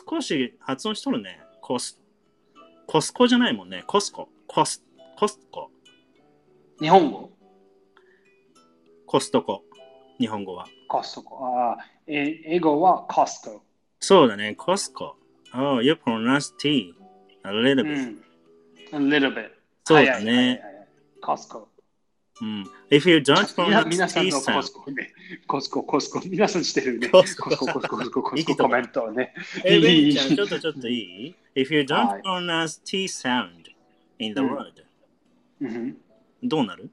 B: 少し発音しとるね。コス、コスコじゃないもんね。コスコ、コス、コスコ、
A: 日本語。
B: コストコ。日本語は。
A: Costco。ああ。え英語は Costco。
B: そうだね、コスコ。Oh, you pronounce T a little
A: う
B: bit.
A: ん。A little bit。
B: そう
A: はい
B: だね
A: はいはいはい。Costco。
B: うん。If you don't
A: みな
B: pronounce
A: (laughs) 皆さん
B: T
A: の
B: さ
A: コ
B: ん
A: ス、コね。コスコ、コスコ。皆さんしてるね。
B: コ
A: コ
B: ス
A: ス
B: コ
A: コ、コスコ、コスコ、コス
B: 息
A: コ
B: とか
A: コメントをね。
B: え、ベンちゃ
A: い
B: ん、
A: い
B: ちょっとちょっといい ?If you
A: は
B: don't
A: い
B: pronounce T sound in the
A: うん
B: word,
A: うん
B: どうなる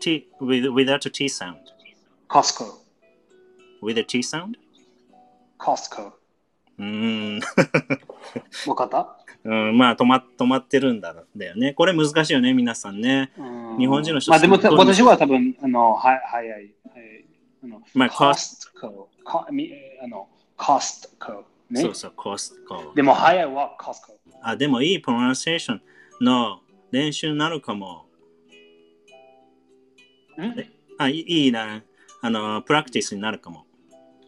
B: ?T, with, without a T sound.
A: Costco。
B: With a T sound?
A: Costco。
B: うーん。
A: わかった
B: うん、まあ止ま、止まってるんだだよね。これ難しいよね、皆さんね。日
A: 日
B: 本人の人
A: まあでも
B: すごい
A: 私は多分、あの、はい、はい、はい。あの、
B: まあ
A: コストコ、コみあの、コストコ。ね
B: そう。そう、コスコ。
A: でも、早いはコストコ。
B: あ、でもいいプロナンセーションの練習になるかも。
A: うん
B: あ、いいいな。あの、プラクティスになるかも。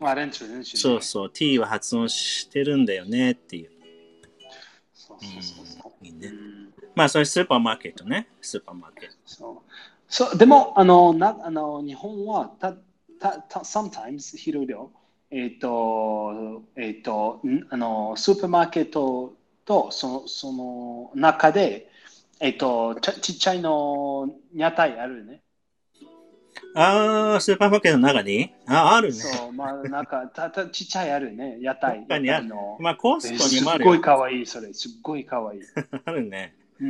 A: あ、練習、練習。
B: そうそう、t は発音してるんだよねっていう。
A: そうそうそうそうう。
B: んいいね
A: うん
B: まあ、それスーパーマーケットね。スーパーマーケット。
A: そうそうでも、あの、なあの日本はたたた sometimes 昼量、えっ、と、えっ、と、んあの、スーパーマーケットとそのその中で、えっ、とちゃ、ちっちゃいの屋台あるね。
B: あー、スーパーマーケットの中にあ、あるね。
A: そう、まあ、なん
B: (laughs)
A: か、たたちっちゃいあるね、屋台
B: どっ。かにある
A: 屋台の
B: まあ、コス
A: え
B: トに
A: す
B: もあ
A: っ
B: る
A: ごい
B: よ。
A: かわいい、それ。すっごいかわいい。
B: あるね。
A: うん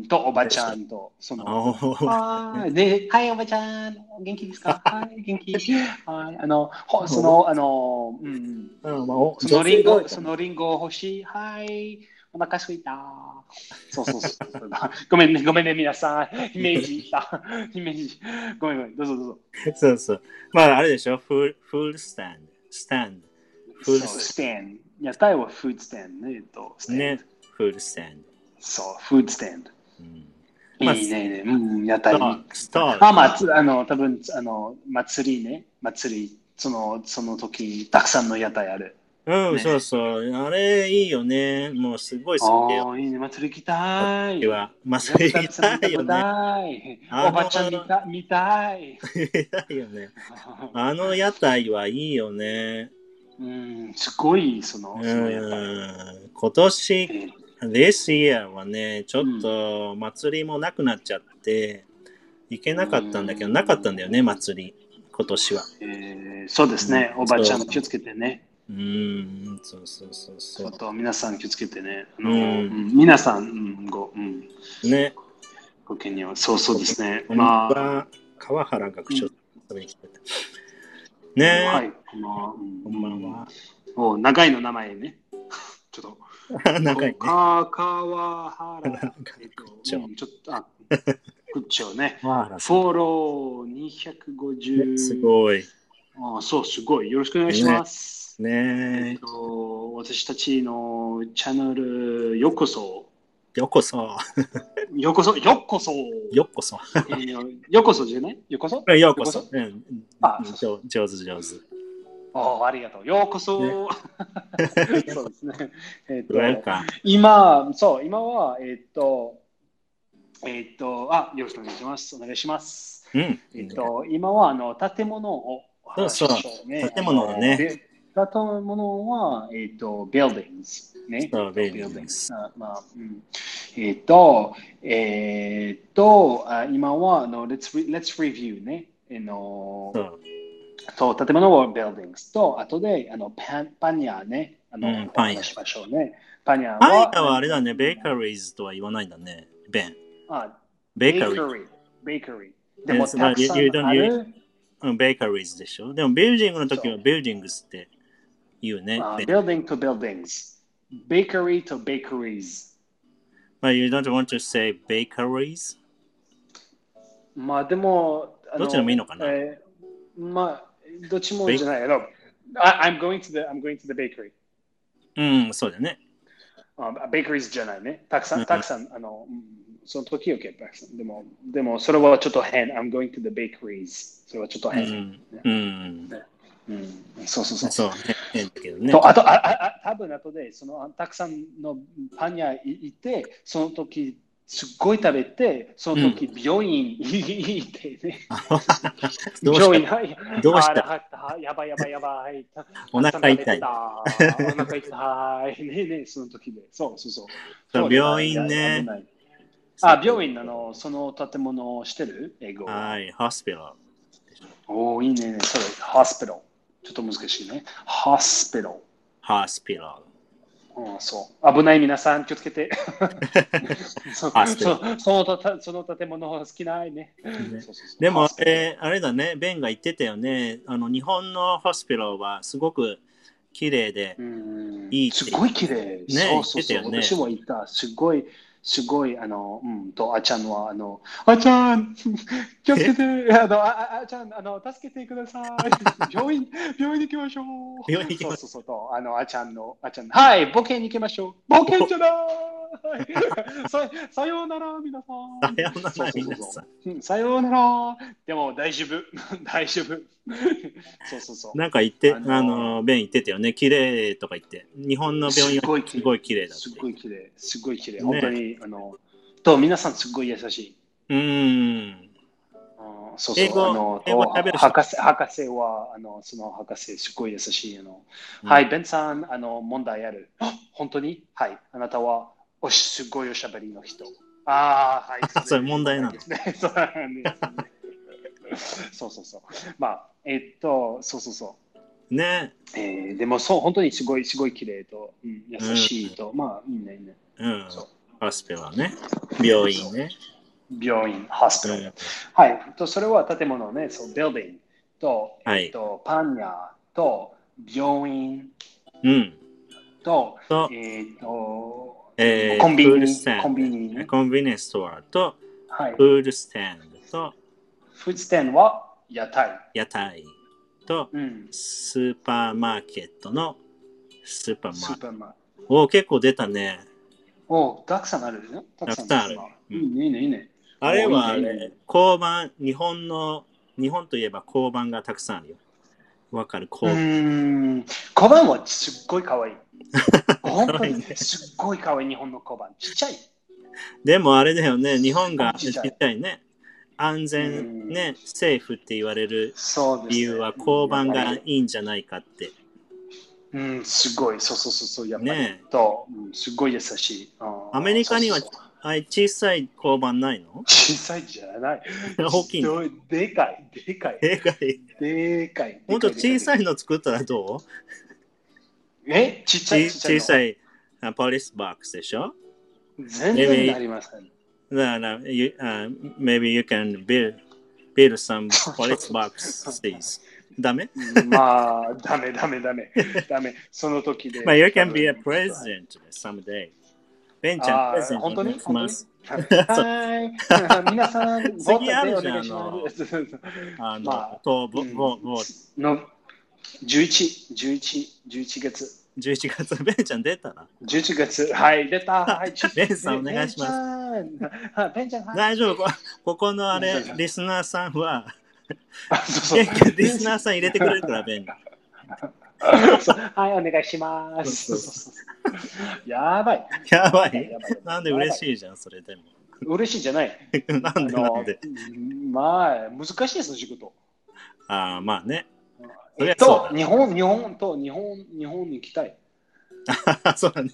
A: うん、と、おばちゃんと、その。
B: おー
A: はい、で、はい、おばちゃん、お元気ですか。はい、元気。はい、あの、ほ、その、あの、うんうん、
B: うん (laughs) まあお
A: そのリン
B: 女性が多いか
A: ゴ、
B: ら
A: そのリンゴ欲しい。はい、お腹すいた。そうそう (laughs) そう。ごめんね、ごめんね、皆さん。イメージした。 (laughs) イメージ。ごめん、ごめん、どうぞ、どうぞ。
B: そうそう。まあ、あれでしょ。フール、フールスタンド。スタンド。フール
A: そう
B: ス
A: ステン。屋台はフードステンね、えっと、ス
B: タンド。
A: テン
B: ね。。フールスタン
A: そう、フードステン。
B: ド。うん。まあ
A: いいね、いいね。うん、屋台に。
B: スター。
A: あ、まあ、つあの、多分あの、祭りね、祭り、その、その時、たくさんの屋台ある。
B: うん、
A: ね
B: そうそう。あれ、いいよね。もう、すごい好きだよ。
A: ああ、いいね、祭り行きたい。
B: は。まあ、それ
A: 祭り
B: 見たいよ
A: 行き
B: (laughs) ね。
A: たい。
B: あの
A: おばちゃん見た見たい。
B: 見たいよね。 (laughs) あの (laughs) 屋台はいいよね。
A: うん、すごい、その、
B: う
A: その屋台。
B: ん。今年、
A: え
B: This year はね、ちょっと祭りもなくなっちゃって、行けなかったんだけど、
A: うん
B: なかったんだよね、祭り。今年は。
A: えーそうですね、
B: うん
A: おばちゃん
B: そう
A: 気をつけてね。
B: うん、そうそうそう
A: ちょ
B: そ
A: っと皆さん気をつけてね。あの
B: うん
A: うん皆さん、うんご、うん、
B: う。ね。
A: ご健には。そうそうですね。
B: こんにち
A: まあ、
B: は。川原学長、食べに来てた。
A: は
B: ね
A: い、こんばんは。うん
B: こんばんは。
A: お長いの名前ね。ちょっと。
B: (laughs) 長いね。
A: か川原。えっと、
B: 口調
A: うんちょっと、
B: (laughs)
A: あ、口調ね。
B: 川原さん
A: フォロー250。
B: ねすごい。
A: あそう、すごい。よろしくお願いします。えっ
B: ね
A: と、私たちのチャンネル、ようこそ。
B: え。ようこそ。
A: ようこそ、ようこそ。
B: ようこそ。
A: えーようこそじゃないようこそ
B: ようこそ。
A: よ
B: うんうん
A: あ
B: 上上手上手。
A: おーありがとう。ようこそ。 (laughs) そうですね。えっと、
B: ウェルカム。
A: 今、そう、今は、えーっと、えーっと、あ、よろしくお願いします。お願いします。
B: うん。
A: えーっと、今は、あの、建物をお話ししょうね、
B: そうそう建物をね
A: で建物は、えーっと、buildings。ね。
B: そう buildings
A: あまあ、うん。えーっと、えーっと、あ今は、あの、let's, re- let's review ね。あの
B: そ、う
A: そう、建物を buildings と、あとで、あの、パン、パン屋ね。あの、
B: うんパン屋
A: 話しましょうね。パン屋は。
B: パン屋はあれだね、ベーカリーズとは言わないんだね、ベン。
A: あ、
B: ベーカリー。
A: ー。ベーカリー。でも、
B: Yes, but
A: たくさ
B: you- you
A: ん
B: don't
A: ある。
B: うん、ベーカリーズでしょ。でも、ビルディングの時は
A: そ
B: ビルディングスって言うね。
A: あ
B: で
A: building to buildings。bakery to bakeries。
B: まあ、you don't want to say bakeries?
A: まあでも、あ
B: どっちでもいいのかな
A: えーまあ、どっちもじゃない。あの、I- I'm going to the, I'm going to the bakery.
B: うん、そうだね。
A: あ、bakeries じゃないね。たくさ、
B: うんん
A: たくさん、あの、うんその時よけ、たくさん。でも、でも、それはちょっと変。I'm going to the bakeries。それはちょっと
B: う
A: 変。
B: ん。うん。
A: うん、そうそうそう。
B: そう、変だけどね。
A: とあと、あああ多分後でそのあたくさんのパン屋いいて、その時すっごい食べて、その時病院行ってね。
B: (laughs) どう
A: 病
B: し
A: 院
B: た
A: はい
B: どうした
A: あらはやばいやばいやばい。
B: (laughs) お腹痛い
A: た。くさん食べてたお腹痛い。ねえねえ、その時で。そうそうそう。
B: そう病院ね
A: 危ない。あ、病院な。の、その建物をしてる英語。
B: はい、ホスピタル。
A: おお、いいね。それ、ホスピタル。ちょっと難しいね。ホスピタル。
B: ホスピタ
A: うん、そう危ない皆さん気をつけ
B: (laughs)
A: てそう
B: あ
A: そ
B: そう
A: そのたその建物好きないね
B: ね
A: そうそうそう
B: ル。でも
A: あ、
B: えーあれだね、ベンが言ってたよね。あの、日本のホスピタルはすごく綺麗で
A: う、ん
B: いいって
A: すごい綺麗、
B: ね
A: そうそうそう、
B: 言ってたよね
A: 私も行ったすごいすごいあのうんとあちゃんはあのあちゃ
B: (laughs)
A: ん気をつけてあのあああちゃんあの助けてください病院病院に行きましょう
B: 病院に行きまし
A: そ
B: ょう
A: うそうそうとあのあちゃんのあちゃんはい冒険に行きましょう冒険じゃない (laughs) ささようなら皆さん
B: さような
A: そう
B: ら、
A: そうそう
B: 皆
A: そう
B: さん。
A: うんさようなら。でも大丈夫。 (laughs) 大丈夫。そうそうそう。
B: なんか言って、
A: あ
B: あ
A: の
B: の
A: ー
B: ベン言ってたよね、綺麗とか言って、日本の病院
A: すごい
B: は
A: 綺麗
B: すごい綺麗だって。
A: すっごい綺麗。すっごい綺麗。
B: ね
A: 本当に、あの、と皆さんすっごい優しい。
B: うーん。
A: うんそうそう。
B: 英語
A: あの
B: 英語喋る
A: と
B: 人
A: 博士博士は、あのその博士、すごい優しい。あの
B: うん
A: はい、ベンさん、あの問題ある。あ本当にはい。あなたはおしすごいおしゃべりの人。ああ、はい。
B: あ (laughs) それ問題なの
A: ですね。 (laughs) そうなんですねそうそうそう。まあ、えっと、そうそうそう。
B: ね。
A: えーでもそう本当にすごいすごい綺麗と、うん、優しいと、まあいいねいいね
B: うん
A: そう。
B: ホスピタルね。病院ね。
A: 病院ホスピタル、
B: うん
A: はいとそれは建物ねそうビルディングと,、
B: はい
A: とパン屋と病院
B: うん。
A: と
B: と、
A: えっ、と
B: えー
A: コンビ
B: フール
A: ニ
B: スタンド
A: コンビニね
B: コンビニエンスストアと、
A: はい
B: フールスタンドと、
A: フーツ店は屋台
B: 屋台と、
A: うん
B: スーパーマーケットのスーパー
A: ス
B: マ
A: ー
B: ーケッ
A: パーマーケッ
B: ト。おー結構出たね。
A: トおたくさんあるねたくさん
B: たくさんあ
A: い
B: る
A: いねいいねいいね
B: あれはあ
A: おーいいねいいね
B: れ、交番、日本の、日本といえば交番がたくさんあるよ。わかる、
A: う
B: 交番。
A: ーん小判はすっごい可愛
B: (laughs)
A: い。本当
B: 可愛い
A: に
B: ね
A: すっごい可愛い日本の小判。ちっちゃい。
B: でもあれだよね、日本が
A: ちっ
B: ち
A: ちゃい
B: っちゃいね。安
A: うん
B: 全、ね、セーフって言われる
A: そうです、
B: 理
A: ね。
B: 由は交番
A: や
B: が
A: っぱ
B: い
A: り
B: いんじゃないかって。
A: うん、すごい。そうそうそうそう。やっぱり。
B: ね
A: と、うんすっごい優しい。あー
B: アメリカには
A: そうそうそう
B: あい小さい交番ないの
A: 小さいじゃない。
B: (laughs) 大きいの
A: ひどでかい。でかい。
B: 映画で
A: でかい。
B: もっと小さ
A: い。
B: いの作ったらどう
A: えちっちゃい。
B: ち小さ
A: い
B: いあポリスボックスでしょ
A: の。全然ありません。
B: だから you- あ maybe you can build, build some police boxes. ダメ
A: まあ、ダメダメダメ。ダメ。その時で。
B: (laughs) まあ、you can be a
A: 多分
B: president someday. ベンちゃん、
A: あ
B: プレ
A: ー
B: ゼント
A: 本
B: お
A: 当
B: 願
A: に
B: いします。
A: はい。皆さん、ボ
B: (laughs) 次
A: タ
B: あ
A: ンでお
B: るじ
A: 願
B: ゃ
A: い
B: ん
A: します。
B: あの、
A: まあ
B: と、ぼ、ぼ、ぼ、
A: の11、11、11月。
B: 11月、 (laughs) ベンちゃん出たら。
A: 11月。はい、出た。はい、
B: ベンさんお願いします
A: す。ベンちゃん、はい。
B: 大丈夫こここのあ
A: 大
B: れ
A: 丈夫、
B: リスナーさんは、
A: あそう
B: 結
A: そう
B: 局リスナーさん入れてくれるから、ベン。
A: そうはい、お願いします。
B: そうそう
A: やばい。
B: (laughs) やば
A: やばい
B: い
A: やばい。
B: なんで嬉しいじゃん、それでも。
A: 嬉しいじゃない。
B: (laughs) なんでなんで。
A: まあ、難しいです、仕事。
B: ああ、まあね。そり
A: え
B: ゃ
A: っ
B: そう
A: と
B: だ、
A: 日本、日本と日本、日本に行きたい。
B: そうだね。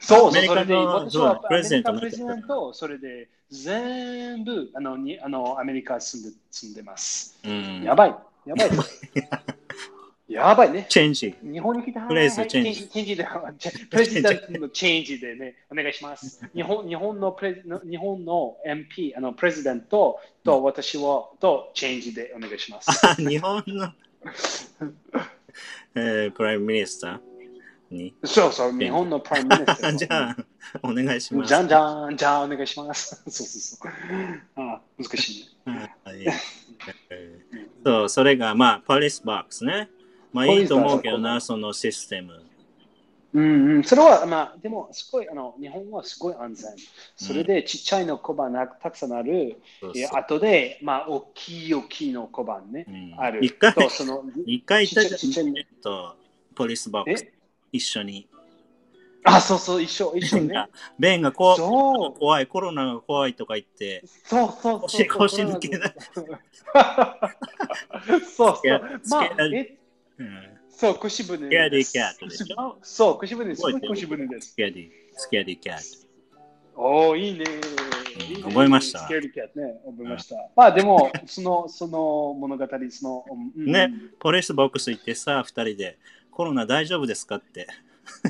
A: そう、
B: アメリ
A: そ
B: カ
A: れ
B: の
A: で、私はアメリカ
B: そうプ
A: プ
B: レ
A: レ
B: ゼ
A: ゼ
B: ント
A: ント、それで全部あのにあのアメリカ住んで住んでます。
B: うん。
A: やばい。や
B: (laughs)
A: ばいですやばいね。
B: チェン (laughs) ジ。
A: 日本に来た
B: プレイス
A: はい
B: チェンジ
A: はいチェンジで、チェプレジダントのチェンジでね、お願いし
B: (laughs)
A: ます。日本日本のプレ日本の MP、あのプレジダントと私をとチェンジでお願いします。
B: あ日本の、 (laughs) えープライムミニスターに。
A: そうそう、日本のプライムミニスタ
B: あ
A: ー。
B: (laughs) じゃあ、お願いします。
A: じゃんじゃん、じゃんお願いします。 (laughs) そうそうそう。あ難しいね。
B: はいえーそう、それが、まあ、パレスバックスね。まあ、
A: ポリス
B: いいと思うけど
A: バッ
B: な、
A: ク
B: そのシステム。
A: うんうん、それは、まあ、でも、すごい、あの、日本はすごい安全。それで、ちっちゃいの小判なたくさんある。
B: そう
A: え
B: そう
A: あとで、まあ、大きい大きいの小判ね
B: う。ん
A: ある。
B: 一回、
A: と、その、
B: 一回行ったじ
A: ちっち
B: ゃ
A: ゃいちっ
B: ん、
A: ちゃ
B: えっと、ポリスバックス
A: え
B: 一緒に。
A: あ、そうそう、一緒、一緒
B: ベン
A: ね
B: が。、ベンが (laughs) こう
A: そう
B: 怖い、コロナが怖いとか言って、
A: そうそうそう。
B: 腰腰抜け
A: (laughs)
B: ない
A: そう
B: い
A: そ
B: や
A: う。まあ
B: スケ、ール
A: え、
B: うん、
A: そう、腰舟
B: スケアリ
A: で
B: ーキャッ
A: す
B: トでしょ。
A: そう、腰舟です。すごい腰舟です
B: ス。キャリー、スキャリーキャット。
A: おお、いいね
B: ん。覚えました
A: スケールキャットね、覚えました。まあでも、その、その物語、その、うん
B: ね。ポリスボックス行ってさ、二人で、コロナ大丈夫ですかって (laughs)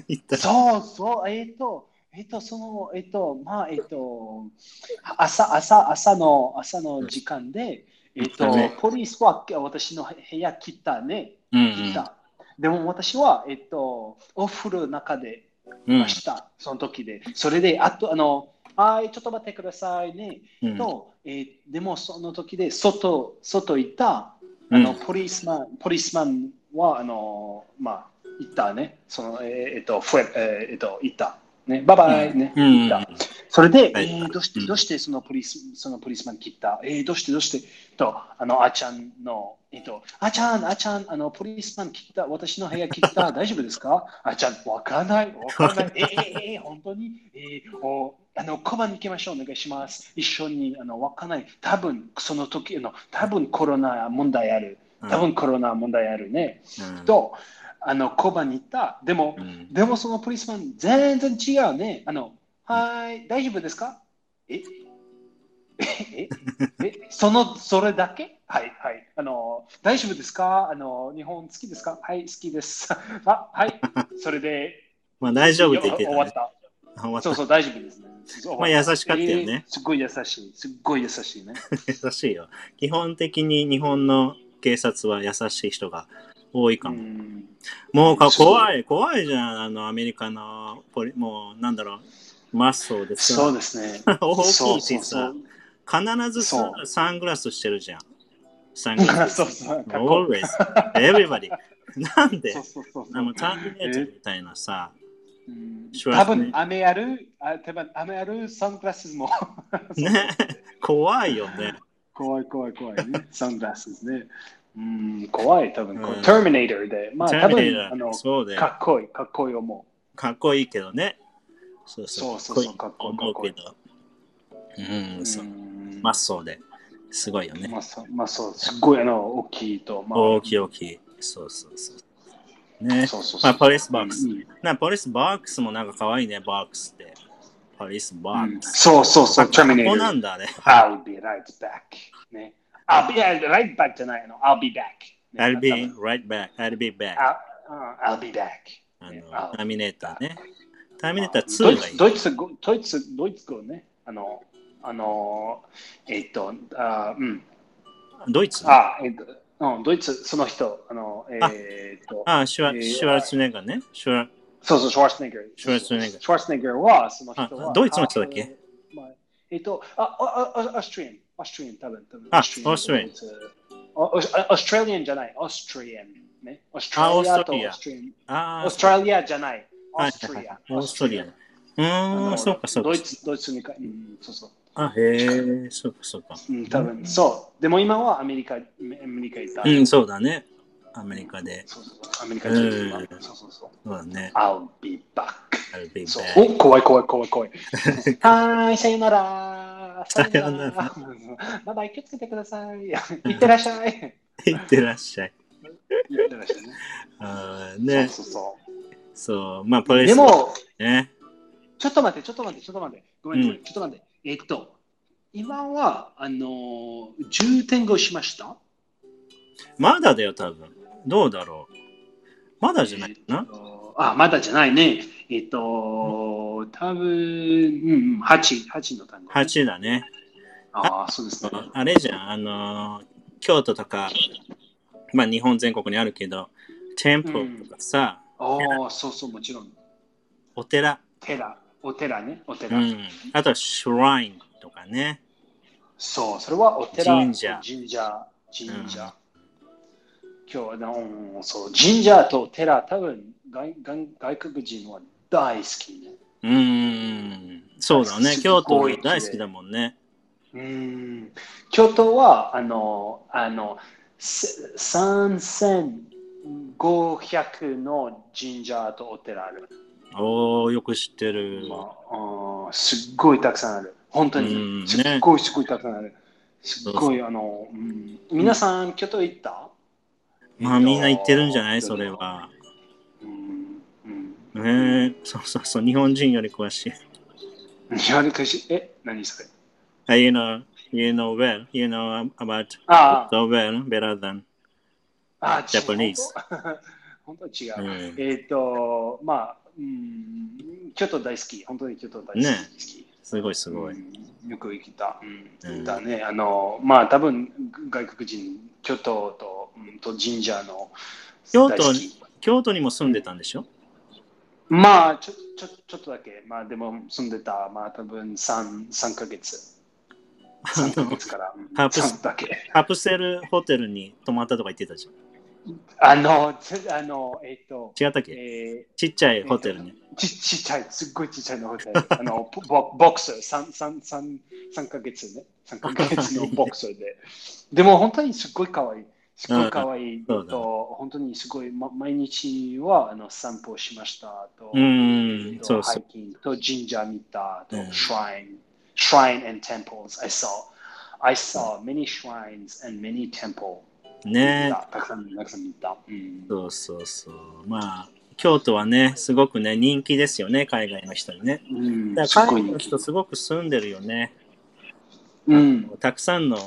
B: 言ったら、
A: そうそう、えっ、と、えっ、と、その、えっ、と、まあ、えっ、と、朝、朝、朝の、朝の時間で、えっ、と、
B: ね
A: ポリスは私の部屋来たね、
B: うん
A: 来た。でも私は、えっ、と、お風呂の中で
B: うん、うん
A: ました、その時で。それで、あと、あの、はい、ちょっと待ってくださいね。
B: うん、
A: と、えーでもその時で外外行った
B: う
A: あの、
B: ん、
A: ポリスマンポリスマンはあのまあ行ったねそのえーえっとフェえーえっと行ったねバイバイね、
B: うん
A: 行ったそれで、え
B: はい
A: ーどうし
B: う
A: て
B: ん
A: どうしてそのポリスそのポリスマン切ったえーどうしてどうしてとあのあちゃんのえっとあちゃんあちゃんあのポリスマン切った私の部屋切った
B: (laughs)
A: 大丈夫ですかあちゃんわからないわからないえーえーえー本当にえーおあの小判に行きましょうお願いします一緒にあのわからない多分その時あの多分コロナ問題ある多分コロナ問題あるね、
B: うん、
A: とあの小判に行ったでも、
B: うん、
A: でもそのポリスマン全然違うね。あの、はい、大丈夫ですかえ (laughs) えええその、それだけはい、はい。あの、大丈夫ですかあの、日本好きですかはい、好きです。 (laughs) あ、はい。それで、
B: (laughs) まあ大丈夫って言って
A: よ
B: た、
A: 終わっ
B: ね。
A: た。
B: 終わっ
A: そう
B: た。
A: そう、大丈夫ですね。
B: まあ優しかったよね
A: えーすっごい優しい。すっごい優しいね。
B: 優しいよ。基本的に日本の警察は優しい人が多いか
A: う
B: も。
A: ん
B: もうか
A: そう
B: 怖い、怖いじゃん、あのアメリカのポリ、もうなんだろう、マッソーでさ、
A: そうですね。
B: (laughs) 大きいしさ
A: そうそうそう。 (laughs)
B: 必ずさ
A: そ
B: サングラスしてるじゃん。サングラス
A: (laughs) そ。うそう。かっこいい
B: always, everybody. なんで
A: そうそうそうそ
B: あ
A: う
B: のターミネーターみたいなさ、
A: うん
B: シュワ
A: 多
B: スね
A: 分雨ある、あ多分雨あるサングラスも
B: ね、怖いよね。
A: (laughs) 怖い怖い怖い
B: (laughs)
A: ね、サングラスね。うん、怖い、多分こ
B: う
A: う。
B: ん
A: ターミネーターで、まあ
B: タ
A: 多
B: ーミネ
A: 分
B: ー
A: あ
B: タ
A: の
B: ー、そうで、
A: かっこいい、かっこいい思
B: かっこいいけどね。そうそう、
A: そうそうそう
B: かっこいいと思うけど。
A: う。
B: うん、そうう。
A: ん
B: マッソーで、すごいよね。
A: まあそう、まあそう、すっごいあの大きいと、まあ、
B: 大きい大きい。そうそうそう。ね。
A: そうそうそう。
B: まあ、ポリスボックス
A: う。ん
B: なポリスボックスもなんか可愛いね、ボックスって。ポリスボ
A: う
B: ッ
A: ん
B: クス。
A: そうそうそう、
B: あ
A: ターミネ
B: ここ
A: ータ
B: な
A: ー。
B: んだね。
A: I'll be right back。ね。I'll be right back じゃないの、I'll be back ね。
B: I'll be
A: 多分
B: right back. I'll be back.
A: あうん I'll be back。
B: あ
A: ね
B: の
A: あ、
B: ターミネーターね。ターミネーター
A: ド
B: 2
A: イ
B: がい
A: ツ
B: い。
A: ドイツ語ドイツドイツ語ね。あの、あの、えっと、あうん。
B: ドイツあ
A: あ、えっと、うん、ドイツ、その人、あの、えっと、
B: シュワ
A: えー
B: シュワルツェネッガーね。シュワ
A: そうそう、シュワルツェネッガー。
B: シュワルツェネッガー
A: シュワルツェネッガーは、その人は。
B: あドイツの人だっけ
A: あまあえっと、あ、あ、あ、オーストリアン、オーストリアン、多分、多分。
B: あ
A: ン。おおオーストラリアンじゃない、オーストリアン。ね。オース
B: あ
A: トラリアと
B: オ
A: オ
B: ー
A: ー
B: ス
A: ストリアン。
B: あ
A: オー
B: あ
A: ス、トラリアじゃない、オ
B: は
A: ー
B: い
A: スト
B: はい
A: リ
B: はい
A: ア。
B: オーストリア。うー
A: あの
B: ん、そうかそうか
A: ドイ。ツ、ドイツにか、うん、そうそう。
B: あ、へえ、そうかそうか。
A: うん、多分そう。でも今はアメリカ、アメリカいた。
B: うん、そうだね。アメリカで。
A: そうそうそうアメリカ人今
B: うん
A: そうそうそう。
B: そうだね。
A: I'll be back.
B: I'll be
A: そう
B: back.
A: お怖い怖い怖い
B: (laughs)
A: 怖い。はーい、さよなら。
B: さよなら
A: さよなら (laughs) バイバイ、気をつけてください。いってらっしゃい。
B: いってらっしゃい。
A: いってらっしゃいね。
B: あーね、
A: そうそうそ
B: そう、まあ、ポ
A: う。
B: レ
A: で
B: ス
A: も、
B: ね。
A: ちょっと待って、ちょっと待って、ちょっと待って。ごめん、ごめ、
B: うん
A: ちょっと待って。えっと、今は、あのー、重点語しました
B: まだだよ、多分。どうだろう。まだじゃないかな。
A: あ、まだじゃないね。えっと、多分、うん、8、八の単語。
B: 8だね。
A: ああ、そうですね。
B: あれじゃん、あのー京都とか、まあ日本全国にあるけど、店舗とかさ、
A: ああ、そうそう、もちろん。
B: お寺、
A: 寺、お寺ね、お
B: う
A: 寺。
B: ん、あとはシュラインとかね、
A: そう、それはお寺、
B: 神社
A: 神社、神社。今日はな、うん、そう、神社と寺、多分外外外国人は大好きね。
B: うーん、そうだね、
A: す
B: 京都
A: ごい綺麗
B: 大好きだもんね。
A: うん、京都は、あの、あの、せ3500の神社とお寺ある。
B: おお、よく知ってる。
A: まあ、あーすっごいたくさんある。本当に、
B: うんね
A: すっごいすごいたくさんある。すっごい、あの、うん、皆さん、京都行った
B: まあみんな行ってるんじゃない
A: えっと
B: それは。
A: うん、うん。
B: ねえそうそうそう、日本人より詳しい。
A: やるかし、え、何それ
B: Uh, you know, you know well, you know about
A: あ
B: so well, better than.
A: あ、あ
B: Japanese
A: (laughs) 本当本当違う。
B: うん
A: えっ、と、まあ、うん、京都大好き。本当に京都大好き。
B: ねすごいすごい。
A: うんよく行った。う
B: うん
A: ん、だね。あの、まあ、多分外国人、京都と、うん、と神社の
B: 京
A: 大
B: 都
A: 好き。
B: 京都にも住んでたんでしょ
A: まあ、ちょ、ちょ、ちょっとだけ。まあ、でも住んでた、まあ、多分3、三ヶ月。3ヶ月から。うん
B: ハープス
A: 三だけ。
B: カプセルホテルに泊まったとか言ってたじゃん。
A: あの、つあの、えっ、と、
B: 違ったっけ
A: えー
B: ちっちゃいホテルに。
A: ちちっちゃい、すっごいちっちゃいのホテル。あ
B: (laughs)
A: のボボボクサー、三三三三ヶ月ね。三ヶ月
B: (laughs)
A: のボクサーで。でも本当にすっごい可愛い。すっごい可愛い
B: うん
A: と、
B: うん
A: 本当にすごい、ま、毎日はあの散歩しましたと、
B: うーん、
A: と
B: そう
A: ハ
B: そ
A: イキングと神社見たと、
B: うん
A: shrine、shrine and temples I saw. I saw many shrines and many temple.
B: う。ね
A: 見たたくさんたくさん見た。うん
B: そうそうそう。まあ、京都はね、すごくね、人気ですよね、海外の人にね。
A: うん
B: だ
A: すっ
B: から
A: ご
B: 海
A: い
B: 外の人すごく住んでるよね。
A: うん。
B: たくさんの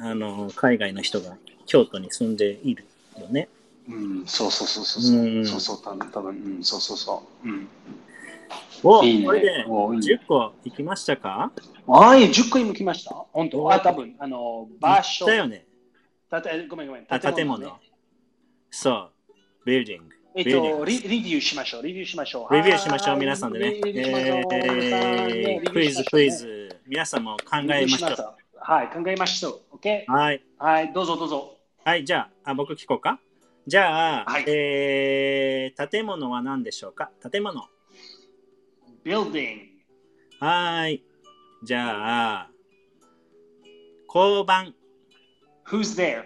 B: あの海外の人が京都に住んでいるよね。
A: うん、そうそうそうそうそう、
B: うん
A: そうそう、たぶん、多分うん、そうそうそう。うん、
B: お
A: いい
B: これで
A: ね。おいいね
B: 10個いきましたか
A: はい、10個今来ました。本当あ、多分あの、場所。
B: だよね。
A: たてごめんごめん。
B: あ建物。
A: ね
B: そう、ビルディング。
A: えっ
B: ビルディン
A: と
B: グ
A: リ、リビューしましょう。リビューしましょう。
B: レビューしましょう、
A: はい
B: 皆さんでね。
A: リビューしましょう
B: えークイズ、クイ。ズ。皆さんも
A: 皆さ
B: 考
A: んね
B: え
A: リビュー
B: ま
A: し
B: しょ
A: ましょうはい、考えましょう。OK?
B: う。はい。
A: はい、どうぞどうぞ。
B: はい、じゃあ、あ僕聞こうか。じゃあ、
A: はい
B: えー建物は何でしょうか建物。は
A: Building。
B: ーい。じゃあ、交番。
A: Who's there?